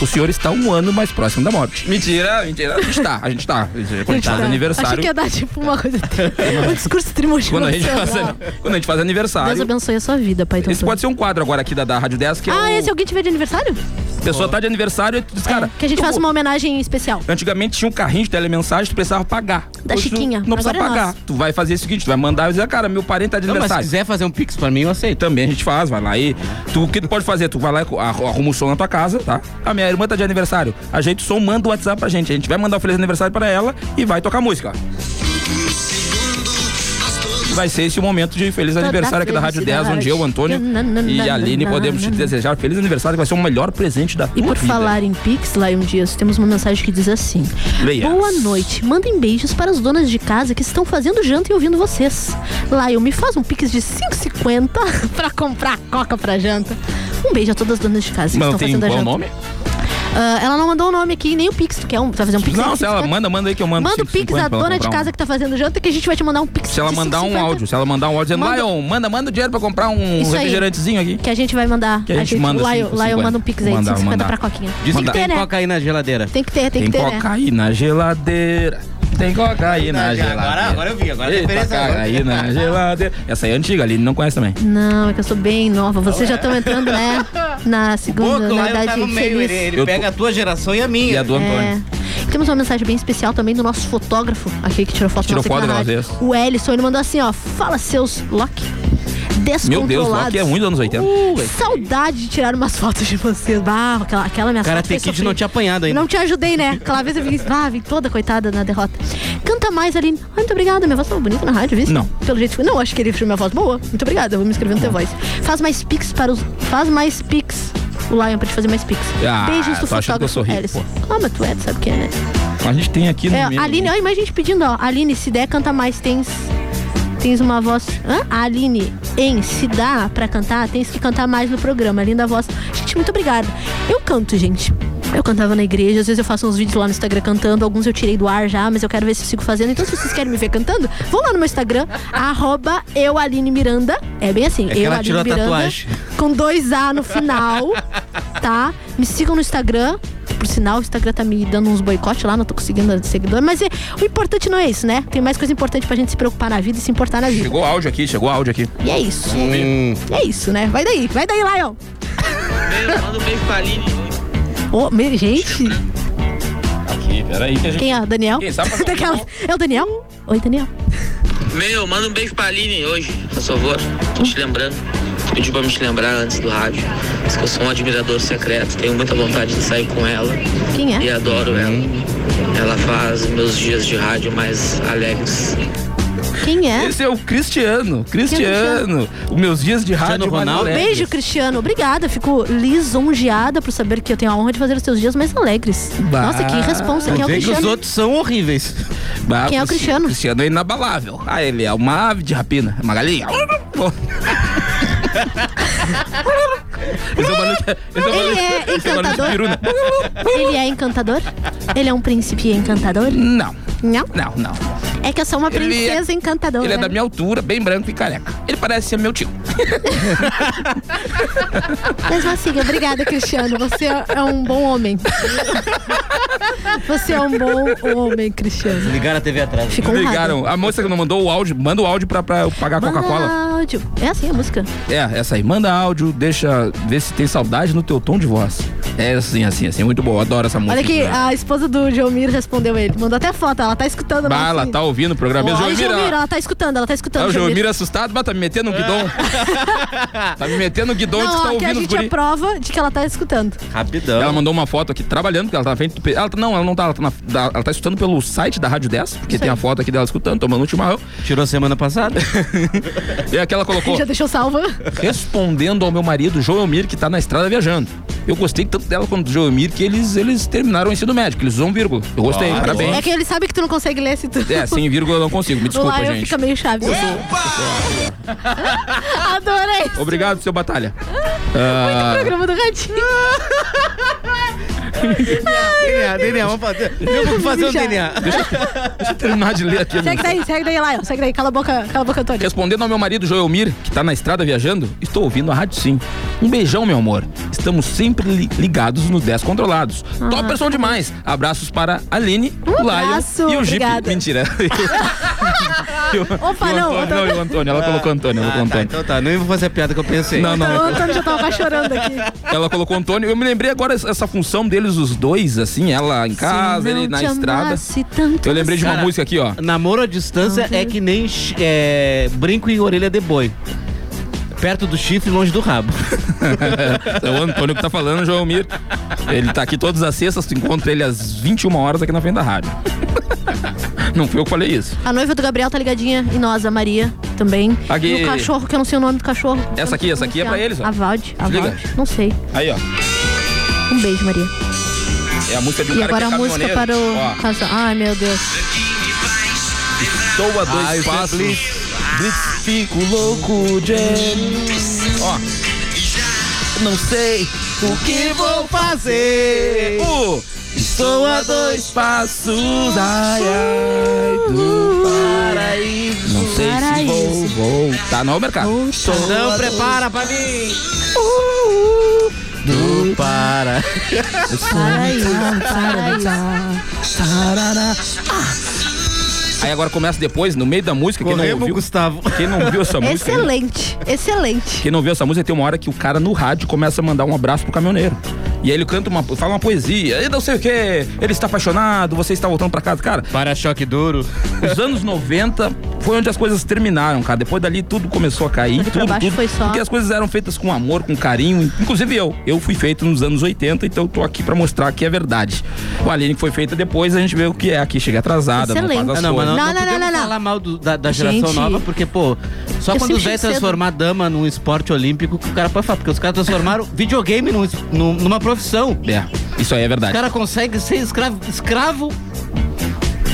o senhor está um ano mais próximo da morte. Mentira, mentira. A gente tá, a gente tá. Quando a gente faz
Achei
aniversário.
que ia dar tipo uma coisa. um discurso trimotivo.
Quando a, gente faz, quando a gente faz
Deus
aniversário.
abençoe a sua vida, pai do
Esse
Antônio.
pode ser um quadro agora aqui da, da Rádio 10, que é
Ah,
o-
é se alguém tiver de aniversário?
a pessoa tá de aniversário e tu diz, cara.
Que a gente
eu
faça
vou-
uma homenagem especial.
Antigamente tinha um carrinho de telemensagem, tu precisava pagar.
Da
Hoje tu
Chiquinha.
Não precisa
Agora é
pagar.
nosso.
Tu vai fazer o seguinte, tu vai mandar e dizer, cara, meu parente tá de
Não, mas se
aniversário.
quiser fazer um pix pra mim, eu aceito.
Também a gente faz, vai lá e... Tu, o que tu pode fazer? Tu vai lá e arru- arruma o som na tua casa, tá? A minha irmã tá de aniversário. Ajeita o som, manda o WhatsApp pra gente. A gente vai mandar o feliz aniversário pra ela e vai tocar música. Vai ser esse o momento de feliz
Toda
aniversário aqui da Rádio 10,
felicidade.
onde eu, Antônio e a Aline podemos te desejar feliz aniversário, que vai ser o melhor presente da
E
tua
por
vida.
falar em Pix, lá um dia temos uma mensagem que diz assim:
Leia.
Boa noite, mandem beijos para as donas de casa que estão fazendo janta e ouvindo vocês. Lion, me faz um Pix de 5,50 para comprar coca para janta. Um beijo a todas as donas de casa que
Mas não
estão
tem
fazendo a
qual
janta.
o nome?
Ah, ela não mandou o nome aqui, nem o Pix. Tu quer um, tu vai fazer um Pix?
Não, se ela
5,50?
manda, manda aí que eu mando.
Manda o Pix
150
da
pra ela
dona de
comprar
casa que tá fazendo janta que a gente vai te mandar um Pix
Se ela
de
mandar um
5,50.
áudio, se ela mandar um áudio dizendo,
Manda.
Lion, manda, manda o dinheiro pra comprar um
Isso aí.
refrigerantezinho aqui.
Que a gente vai mandar.
Que a gente manda
Lion,
5,50.
Lion manda um Pix aí de
Mandar,
5,50
mandar.
pra coquinha.
Diz
tem que ter, né?
coca aí na geladeira.
Tem que ter, tem,
Tem
que ter, né?
cocaína na geladeira. Tem cocaína na geladeira.
Agora, agora eu vi, agora a
Eita,
diferença agora.
cocaína na geladeira. Essa aí é antiga, ali não conhece também.
Não, é que eu sou bem nova. Vocês já estão entrando, né? Na
Boca,
segunda, na
lá eu
idade
tá é? no meio, ele,
feliz.
ele
Eu tô-
pega a tua geração e a minha.
E a do
É.
Antônio.
Temos uma mensagem bem especial também do nosso fotógrafo aqui que tirou foto
Tirou
nossa
foto
aqui na
de nós,
rádio.
isso.
O Ellison, ele mandou assim, ó. Fala seus Loki. Descontrolados. Uh,
Meu Deus, Loki é muito anos 80.
Saudade de tirar umas fotos de vocês. Ah, aquela, aquela minha
Karate
foto foi
Kid
sofrida.
não te apanhado ainda.
Não te ajudei, né? Aquela vez eu fiquei, ah, vim toda coitada na derrota. Canta mais, Aline. Ai, muito obrigada. Minha voz tava bonita na rádio, viu?
Não.
Pelo jeito que. Não, acho que ele achou minha voz boa. Muito obrigada. Eu vou me inscrever no teu voz. Faz mais pix para os. Faz mais pix. O Lion pra te fazer mais pix.
Ah,
Beijos do
tô achando que eu
fotógrafo
sou rico,
Ellison. Ah, mas tu é, tu sabe o que é, né?
A gente tem aqui no
É,
meio.
Aline, olha, mas a gente pedindo, ó. Aline, se der, canta mais, tens. Tens uma voz. Hã? Aline, em, se dá pra cantar, tens que cantar mais no programa. Linda voz. Gente, muito obrigada. Eu canto, gente. Eu cantava na igreja, às vezes eu faço uns vídeos lá no Instagram cantando, alguns eu tirei do ar já, mas eu quero ver se eu sigo fazendo. Então, se vocês querem me ver cantando, vão lá no meu Instagram, arroba eu, Aline Miranda. É bem assim,
É que
eu,
ela
Aline
tirou a
Miranda.
tatuagem.
Com dois A no final, tá? Me sigam no Instagram. Por sinal, o Instagram tá me dando uns boicotes lá, não tô conseguindo seguidor. Mas é, o importante não é isso, né? Tem mais coisa importante pra gente se preocupar na vida e se importar na vida.
Chegou áudio aqui, chegou áudio aqui.
E é isso. E é isso, né? Vai daí, vai daí, Lion.
Manda um beijo pra Aline.
Ô, me- gente,
Aqui, peraí que a
quem é? Daniel?
Quem sabe fazer um
Daquela-
bom.
É o Daniel? Oi, Daniel.
Meu, manda um beijo pra Aline hoje, por favor. Tô te lembrando. Pediu pra me te lembrar antes do rádio. Diz que eu sou um admirador secreto. Tenho muita vontade de sair com ela.
Quem é?
E adoro ela. Ela faz meus dias de rádio mais alegres.
Quem é?
Esse é o Cristiano. Cristiano. Os meus dias de rádio.
Um
Manoel.
beijo, Cristiano. Obrigada. Fico lisonjeada por saber que eu tenho a honra de fazer os seus dias mais alegres.
Bah.
Nossa, que responsa. Quem é o
Quem que os
Cristiano?
outros são horríveis.
Bah,
Quem é o Cristiano?
Cristiano é inabalável. Ah, ele é uma ave de rapina. Uma galinha. Esse é o barulho de- esse é o barulho
Ele
de-
é
esse é o barulho de né?
encantador?
piruna.
Ele é encantador? Ele é um príncipe encantador?
Não.
Não?
Não, não.
É que eu sou uma
Ele é-
princesa encantadora.
Ele
né?
é da minha altura, bem branco e careca. Ele parece ser meu tio.
Mas assim, obrigada, Cristiano. Você é um bom homem. Você é um bom homem, Cristiano.
Ligaram a TV atrás.
Ficou honrado.
Ligaram. A moça que não mandou o áudio, manda o áudio pra, pra eu pagar a Coca-Cola.
Manda áudio. É assim a música.
É, essa aí. Manda áudio, deixa ver se tem saudade no teu tom de voz. É assim, assim, assim. Muito bom. Adoro essa música.
Olha aqui, a esposa do Jomir respondeu ele. Mandou até foto, ela tá escutando.
Bah, ela tá ouvindo o programa.
Olha,
Mesmo, João Mira.
Jomir, ela tá escutando, ela tá
Tá,
escutando.
o
Jomir.
Joelmiro assustado, mas tá me metendo um guidão. tá me metendo um guidão de que
É. Não,
tá
ó, que a
ouvindo os
gente é
guri.
prova de que ela tá escutando.
Rapidão.
Ela mandou uma foto aqui trabalhando, porque ela tá na frente do. pe- Ela, tá- não, ela não tá. Ela tá, na- da- ela tá escutando pelo site da Rádio 10, porque
Isso
tem
aí.
a foto aqui dela escutando, tomando um chimarrão.
Tirou semana passada.
e aqui ela colocou.
Já deixou salva.
Respondendo ao meu marido, Joelmir, que tá na estrada viajando. Eu gostei tanto dela quanto do Joelmir que eles, eles terminaram o ensino médico, eles usam vírgula. Eu gostei,
Ah,
parabéns.
É que ele sabe que tu não consegue ler se tu.
É, sem vírgula eu não consigo, me
Do
desculpa,
Lion
gente.
fica meio chave. assim. Adorei.
Obrigado, seu Batalha. Ah,
Programa do Ratinho.
DNA, DNA, vamos fazer. Eu vou fazer um DNA.
Deixa eu terminar de ler aqui. a
Segue
mensagem.
daí, segue daí, Lion. Segue daí. Cala a boca, cala a boca, Antônio.
Respondendo ao meu marido Joelmir, que tá na estrada viajando, estou ouvindo a Rádio Sim. Um beijão, meu amor. Estamos sempre li- ligados nos 10 controlados. Top são demais. Abraços para a Aline,
Ah. Um
o Lion
abraço,
e o Jeep.
obrigada.
Mentira. E o-
Opa,
e o
não,
Antônio, não, e o Antônio. Ela colocou Antônio. Ela colocou
Tá,
Antônio.
então tá, não vou fazer a piada que eu pensei.
Não, não,
O
não.
Antônio já tava quase chorando aqui.
Ela colocou Antônio. Eu me lembrei agora es- essa função deles, os dois, assim, ela em casa, ele na estrada. Eu lembrei de uma
Cara,
música aqui, ó.
Namoro à distância é que nem chi- é, brinco em orelha de boi. Perto do chifre, longe do rabo.
é o Antônio que tá falando, João Mir. Ele tá aqui todas as sextas, tu encontra ele às 21 horas aqui na frente da rádio. Não fui eu que falei isso.
A noiva do Gabriel tá ligadinha. E nós, a Maria também.
Aqui.
E o cachorro, que eu não sei o nome do cachorro.
Essa aqui, essa aqui é pra eles, ó.
A Valde. A
Liga.
Valde. Não sei.
Aí, ó.
Um beijo, Maria.
É a música de um
E
cara
agora
que
a
é
música
caminhoneiro.
para o.
Ó,
casal. Ai, meu Deus.
estou a Ah, dois
Ah,
Ai, o
é
passos.
Blitz.
Blitz, fico louco, James. Ó. Não sei o que vou fazer. Uh, estou a dois passos. Ai, ai, do paraíso. Não sei se vou voltar. Não, mercado.
Não prepara pra mim.
Uh. Do para. Aí agora começa depois, no meio da música, quem não
Corremos,
ouviu.
Gustavo.
Quem não viu essa música. aí-
Excelente, excelente.
Quem não viu essa música, tem uma hora que o cara no rádio começa a mandar um abraço pro caminhoneiro. E aí ele canta uma, fala uma poesia, e não sei o quê, ele está apaixonado, você está voltando pra casa, cara.
Para-choque duro.
Os anos 90 foi onde as coisas terminaram, cara. Depois dali tudo começou a cair,
pra
tudo,
baixo
tudo. é
foi só-
Porque as coisas eram feitas com amor, com carinho. Inclusive eu. Eu fui feito nos anos 80, então eu tô aqui pra mostrar que é verdade. O Aline que foi feita depois, a gente vê o que é aqui. Chega atrasada,
Excelente.
não faz as coisas.
Ah, Não, mas não, não,
não,
podemos
não, não.
falar mal do- da, da geração
Gente.
nova, porque, pô, só
Eu
quando
sempre assim.
vai
cedo.
transformar dama num esporte olímpico que o cara pode falar, porque os caras transformaram videogame num es- num- numa profissão.
É, isso aí é
O
verdade.
cara consegue ser escravo, escravo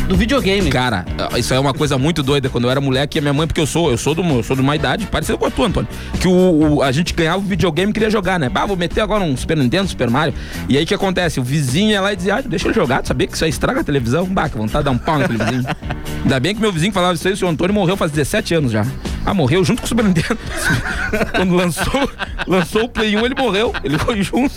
do videogame.
Cara, isso aí é uma coisa muito doida. Quando eu era moleque, a minha mãe, porque eu sou, eu sou, do, eu sou de uma idade, parecido com a tua, Antônio. Que o, o- a gente ganhava o videogame e queria jogar, né? Bah, vou meter agora um Super Nintendo, Super Mario. E aí o que acontece? O vizinho ia lá e dizia, ah, deixa ele jogar, tu sabia que isso aí estraga a televisão? Bah, que vontade de dar um pau naquele vizinho. Ainda bem que meu vizinho que falava isso aí, o senhor Antônio morreu faz 17 anos já. Ah, morreu junto com o Super Nintendo. Quando lançou, lançou o Play 1, ele morreu. Ele foi junto.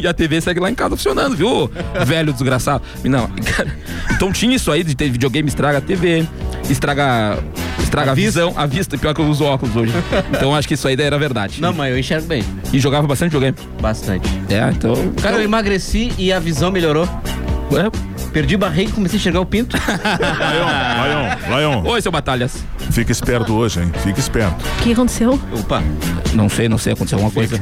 E a TV segue lá em casa funcionando, viu? Velho desgraçado. Não, cara, então tinha isso aí de ter videogame estraga a TV, estraga, estraga a, visão, a vista. Pior que eu uso óculos hoje. Então acho que isso aí era verdade.
Não, mas eu enxergo bem.
E jogava bastante videogame.
Bastante.
É, então.
Cara, eu emagreci e a visão melhorou. Perdi barriga e comecei a enxergar o pinto.
Lion,
Oi, seu Batalhas.
fica esperto hoje, hein? Fica esperto.
O que aconteceu?
Opa. Não sei, não sei, aconteceu alguma coisa.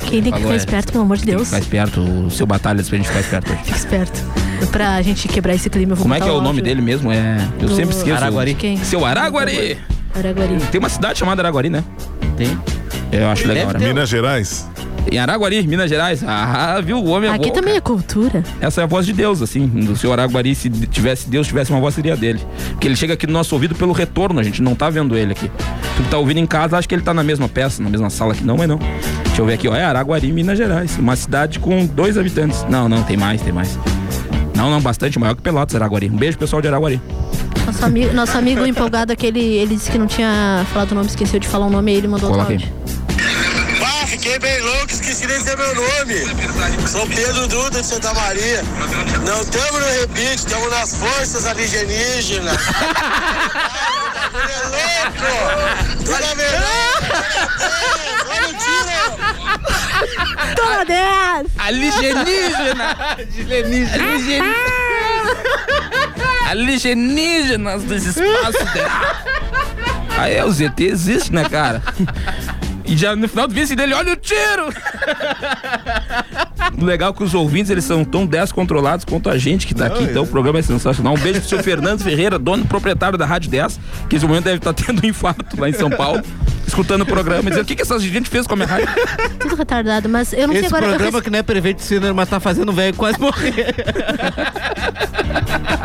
Quem tem que
Falou,
ficar
é.
esperto, pelo amor de
Tem que
Deus.
ficar esperto, o seu Batalhas, pra gente ficar esperto hoje.
Fica esperto. Pra gente quebrar esse clima, eu vou
Como é
botar
que é o nome
áudio.
dele mesmo? É. Eu
Tá Do-
sempre esqueço.
Araguari. Quem?
Seu Araguari!
Araguari.
Tem uma cidade chamada Araguari, né?
Tem.
um-
Eu acho legal.
Minas Gerais.
Em Araguari, Minas Gerais. Ah, viu? O homem é
Aqui
bom,
também é cultura.
essa é a voz de Deus, assim. Do senhor Araguari, se tivesse Deus, tivesse uma voz, seria dele. Porque ele chega aqui no nosso ouvido pelo retorno, a gente não tá vendo ele aqui. Tu que tá ouvindo em casa, acho que ele tá na mesma peça, na mesma sala aqui, não, mas não. Deixa eu ver aqui, ó. É Araguari, Minas Gerais. Uma cidade com dois habitantes. Não, não, tem mais, tem mais. Não, não, bastante maior que Pelotas, Araguari. Um beijo, pessoal de Araguari.
Nosso amigo, nosso amigo empolgado, aquele, ele disse que não tinha falado o nome, esqueceu de falar o nome, aí ele mandou
Coloca
outro
aí.
áudio.
Ah, fiquei bem louco, esqueci de dizer meu nome. Sou Pedro Duda de Santa Maria. Não estamos no rebite, estamos nas forças alienígenas. Ai, o bagulho é louco! Toda verdade! Olha o tiro!
Toma 10!
Alienígena! Alienígena! Alienígenas dos espaços terra. Aí é, o ZT existe, né, cara? E já no final do vídeo dele, olha o tiro! O Legal é que os ouvintes, eles são tão descontrolados quanto a gente que tá aqui, então o programa é sensacional. Um beijo pro seu Fernando Ferreira, dono e proprietário da Rádio 10, que nesse momento deve estar tendo um infarto lá em São Paulo, escutando o programa e dizendo, o que que essa gente fez com a minha rádio?
É, Tudo retardado, mas eu não
Esse
sei agora. eu
programa que não é prevê de cinema, mas tá fazendo o velho quase morrer.
rece-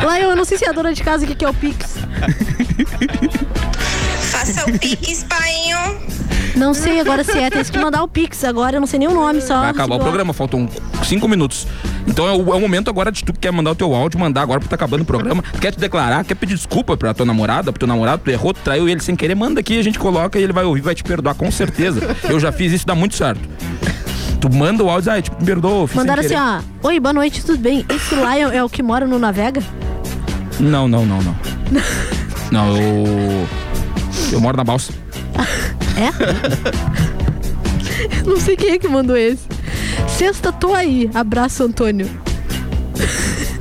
Lá eu não sei se é a dona de casa o que, que é o Pix.
Faça o Pix, painho.
Não sei agora se é, tem que mandar o Pix agora, eu não sei nem o nome, só.
Vai acabar o
recebeu.
programa, faltam cinco minutos. Então é o, é o momento agora de tu que quer mandar o teu áudio, mandar agora porque tá acabando o programa. Quer te declarar, quer pedir desculpa pra tua namorada, pro teu namorado, tu errou, tu traiu ele sem querer, manda aqui, a gente coloca e ele vai ouvir, vai te perdoar, com certeza. Eu já fiz isso, dá muito certo. Tu manda o áudio, ai, te perdoa, eu fiz
Mandaram
sem
assim,
querer.
ó. Oi, boa noite, tudo bem? Esse Lion é o que mora no Navega?
Não, não, não, não. não, eu. Eu moro na balsa.
Não sei quem é que mandou esse. Sexta, tô aí. Abraço, Antônio.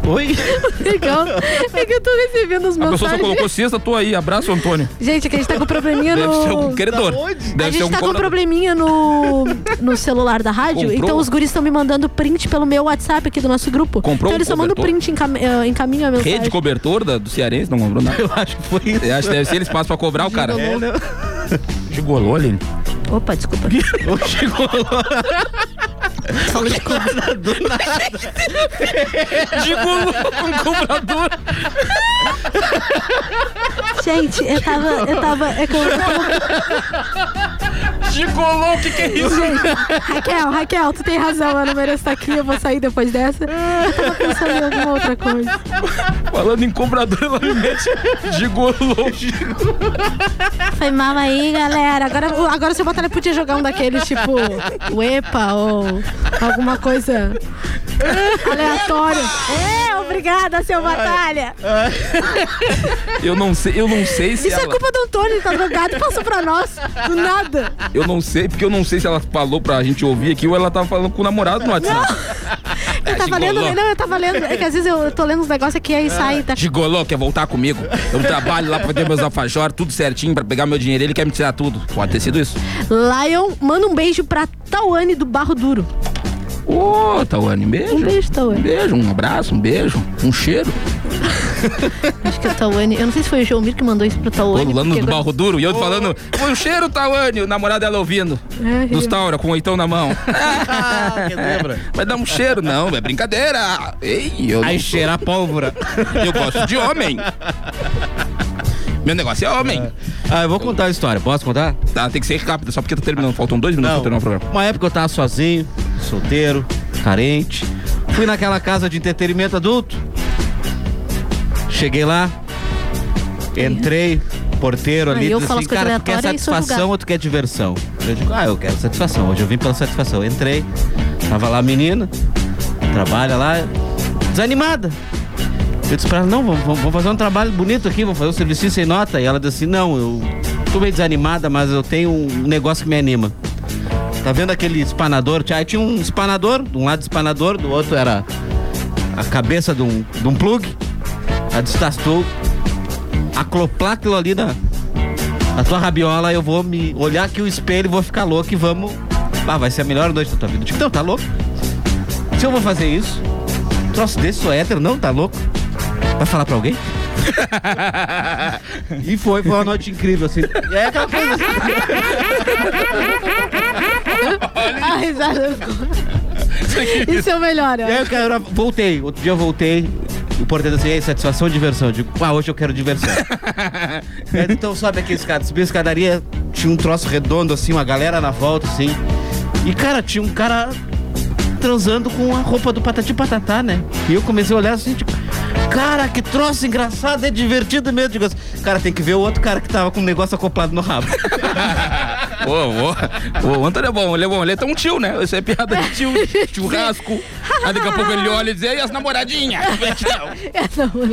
Oi?
Legal. É que eu tô recebendo as
A pessoa só
mensagens.
colocou sexta, tô aí. Abraço, Antônio.
Gente, é que a gente tá com probleminha no.
Deve ser algum credor. Deve
a
ser
gente
algum
tá com um
cobrador.
probleminha no, no celular da rádio,
Comprou?
então os guris estão me mandando print pelo meu WhatsApp aqui do nosso grupo.
Comprou
então
um
eles só mandam
cobertor?
print, encam, eh, encaminham a mensagem.
Rede cobertor da- do Cearense, não comprou nada. Eu
acho que foi isso.
acho que deve ser, eles passam pra cobrar o cara.
Gigolô. É,
Gigolô, Aline.
Opa, desculpa.
Gigolô.
Falou de
tá Gigolô
um
com cobrador.
Gente, eu tava. Eu tava. É que eu, eu
Gigolô, o que, que é isso?
Raquel, Raquel, tu tem razão, eu não mereço estar aqui, eu vou sair depois dessa. Eu tava pensando em alguma outra coisa.
Falando em cobrador, ela me mete gigolô.
Foi mal aí, galera. Agora, agora se eu botar, ele podia jogar um daqueles, tipo, o EPA ou alguma coisa aleatória. É, obrigada, seu Batalha.
Eu não sei, eu não sei se
Isso é
ela...
culpa do Antônio, ele tá drogado e passou pra nós. Do nada.
Eu não sei, porque eu não sei se ela falou pra gente ouvir aqui ou ela tava falando com o namorado no WhatsApp. É,
Eu tava lendo, tá não, eu tava lendo. É que às vezes eu tô lendo uns negócios aqui aí sai. Tá...
Gigolô quer voltar comigo. Eu trabalho lá pra fazer meus alfajor, tudo certinho, pra pegar meu dinheiro. Ele quer me tirar tudo. Pode ter sido isso.
Lion, manda um beijo pra Tawane do Barro Duro.
Ô, Tawane, um beijo.
Um beijo, Tawane.
Um beijo, um abraço, um beijo, um cheiro.
Acho que é Tawane. Eu não sei se foi o Jomir que mandou isso pro Tawane.
Rolando
porque
do
agora-
barro duro e eu falando, foi o cheiro, Tawane, o namorado dela ouvindo.
É,
Dos
eu-
Taura, com o oitão na mão. Ah, Vai dar um cheiro, não, é brincadeira. Ei, eu Aí cheira a pólvora. Eu gosto de homem. Meu negócio é homem.
Ah, eu vou contar a história. Posso contar?
Tá, tem que ser rápido, só porque tá terminando. Faltam dois minutos pra terminar o programa.
Uma época eu tava sozinho, solteiro, carente. Fui naquela casa de entretenimento adulto. Cheguei lá, entrei, porteiro ali,
Aí eu
disse
falo as
assim,
coisas
cara, tu quer
aleatórias e sou
satisfação
julgada.
ou tu quer diversão? Eu digo, ah, eu quero satisfação. Hoje eu vim pela satisfação. Entrei, tava lá a menina, trabalha lá, desanimada. Eu disse pra ela, não, vamos, vamos- vamos fazer um trabalho bonito aqui, vamos fazer um serviço sem nota. E ela disse assim, não, eu tô meio desanimada, mas eu tenho um negócio que me anima. Tá vendo aquele espanador? Tinha- Aí tinha um espanador, de um lado espanador, do outro era a cabeça de um, de um plug. Ela disse, tá, se tu acloplar aquilo ali na, na tua rabiola, eu vou me olhar aqui o espelho e vou ficar louco e vamos... Ah, vai ser a melhor noite da tua vida. Eu digo, então, tá louco? Se eu vou fazer isso, um troço desse, sou hétero, não, tá louco? Vai falar pra alguém? e foi, foi uma noite incrível, assim. É aquela coisa.
A risada ficou. Isso é o melhor,
E
eu
aí eu
acho.
quero, voltei, outro dia eu voltei. O porteiro disse, ei, satisfação ou diversão? Eu digo, ah, hoje eu quero diversão. Aí, então sobe aqui a escada. Subi a escadaria, tinha um troço redondo assim, uma galera na volta assim. E cara, tinha um cara transando com a roupa do Patati Patatá, né? E eu comecei a olhar assim, tipo, cara, que troço engraçado, é divertido mesmo. Digo assim, cara, tem que ver o outro cara que tava com um negócio acoplado no rabo.
Ô, ô, ô, o Antônio é bom, ele é bom, ele é tão tio, né? Isso é piada de tio, churrasco. Aí daqui a pouco ele olha e diz, e as namoradinhas?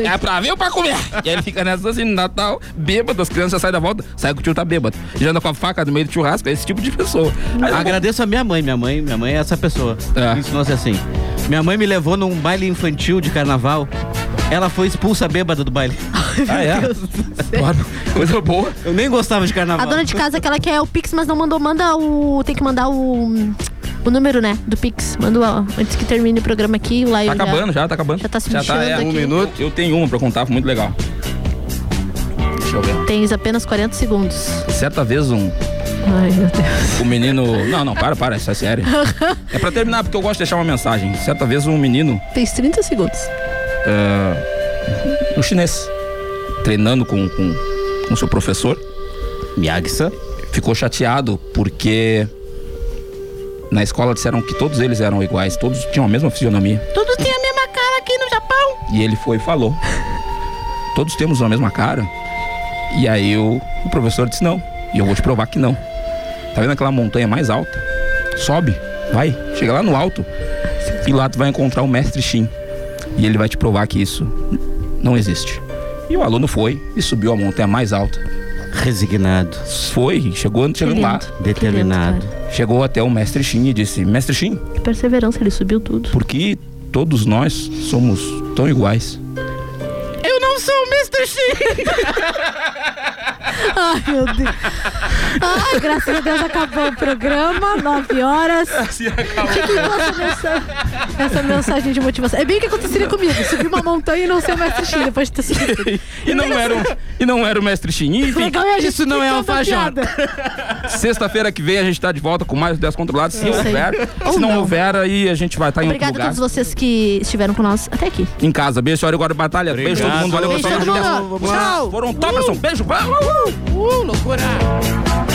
É pra ver ou pra comer? E aí ele fica nessa assim, no Natal, bêbado, as crianças já saem da volta, sai que o tio tá bêbado. Já anda com a faca no meio do churrasco, é esse tipo de pessoa. Aí,
Agradeço a minha mãe, minha mãe, minha mãe é essa pessoa. Isso não é assim. Minha mãe me levou num baile infantil de carnaval. Ela foi expulsa bêbada do baile.
Ah, é? Claro, coisa boa.
Eu nem gostava de
A
carnaval.
dona de casa, aquela que é o Pix, mas não mandou, manda o. Tem que mandar o. O número, né? Do Pix. Manda o- antes que termine o programa aqui, lá
Tá acabando já, tá acabando.
Já tá se mexendo
é,
aqui.
Eu tenho uma pra contar, foi muito legal. Deixa eu ver.
Tens apenas 40 segundos.
Certa vez um,
Ai, meu Deus.
o menino... Não, não, para, para, isso é sério. É pra terminar, porque eu gosto de deixar uma mensagem. Certa vez um menino
Tens 30 segundos.
é, um chinês treinando com, com, com seu professor, Miyagi-san, ficou chateado porque na escola disseram que todos eles eram iguais, todos tinham a mesma fisionomia.
Todos têm a mesma cara aqui no Japão.
E ele foi e falou: Todos temos a mesma cara. E aí o, o professor disse: Não, e eu vou te provar que não. Tá vendo aquela montanha mais alta? Sobe, vai, chega lá no alto e lá tu vai encontrar o mestre Shin. E ele vai te provar que isso não existe. E o aluno foi e subiu a montanha mais alta.
Resignado.
Foi, chegou chegando lá.
lindo,
Determinado.
Chegou até o mestre Shin e disse: Mestre Shin,
Que perseverança, ele subiu tudo.
por que todos nós somos tão iguais?
Eu não sou o Mr. X! Ai, meu Deus. Ai, Ah, graças a Deus acabou o programa, 9 horas. Se acabou. essa, mensagem, essa mensagem de motivação. É bem o que aconteceria comigo. Subir uma montanha e não ser o Mestre X depois de ter subido. tudo.
E não era o, e não era o mestre Shin. Enfim,
Legal é a gente
isso não é
explicando a
alfajor.
piada.
Sexta-feira que vem a gente tá de volta com mais 10 controlados, se
Isso aí.
houver.
Ou
Se não,
não.
houver, aí a gente vai estar Tá em outro
Obrigada a
lugar.
todos vocês que estiveram com nós até aqui.
Em casa. Beijo, senhora Igor Batalha. Beijo todo mundo. Valeu,
Beijo,
pessoal.
todo mundo.
Foram Tomerson. Beijo. Valeu.
Uh, loucura!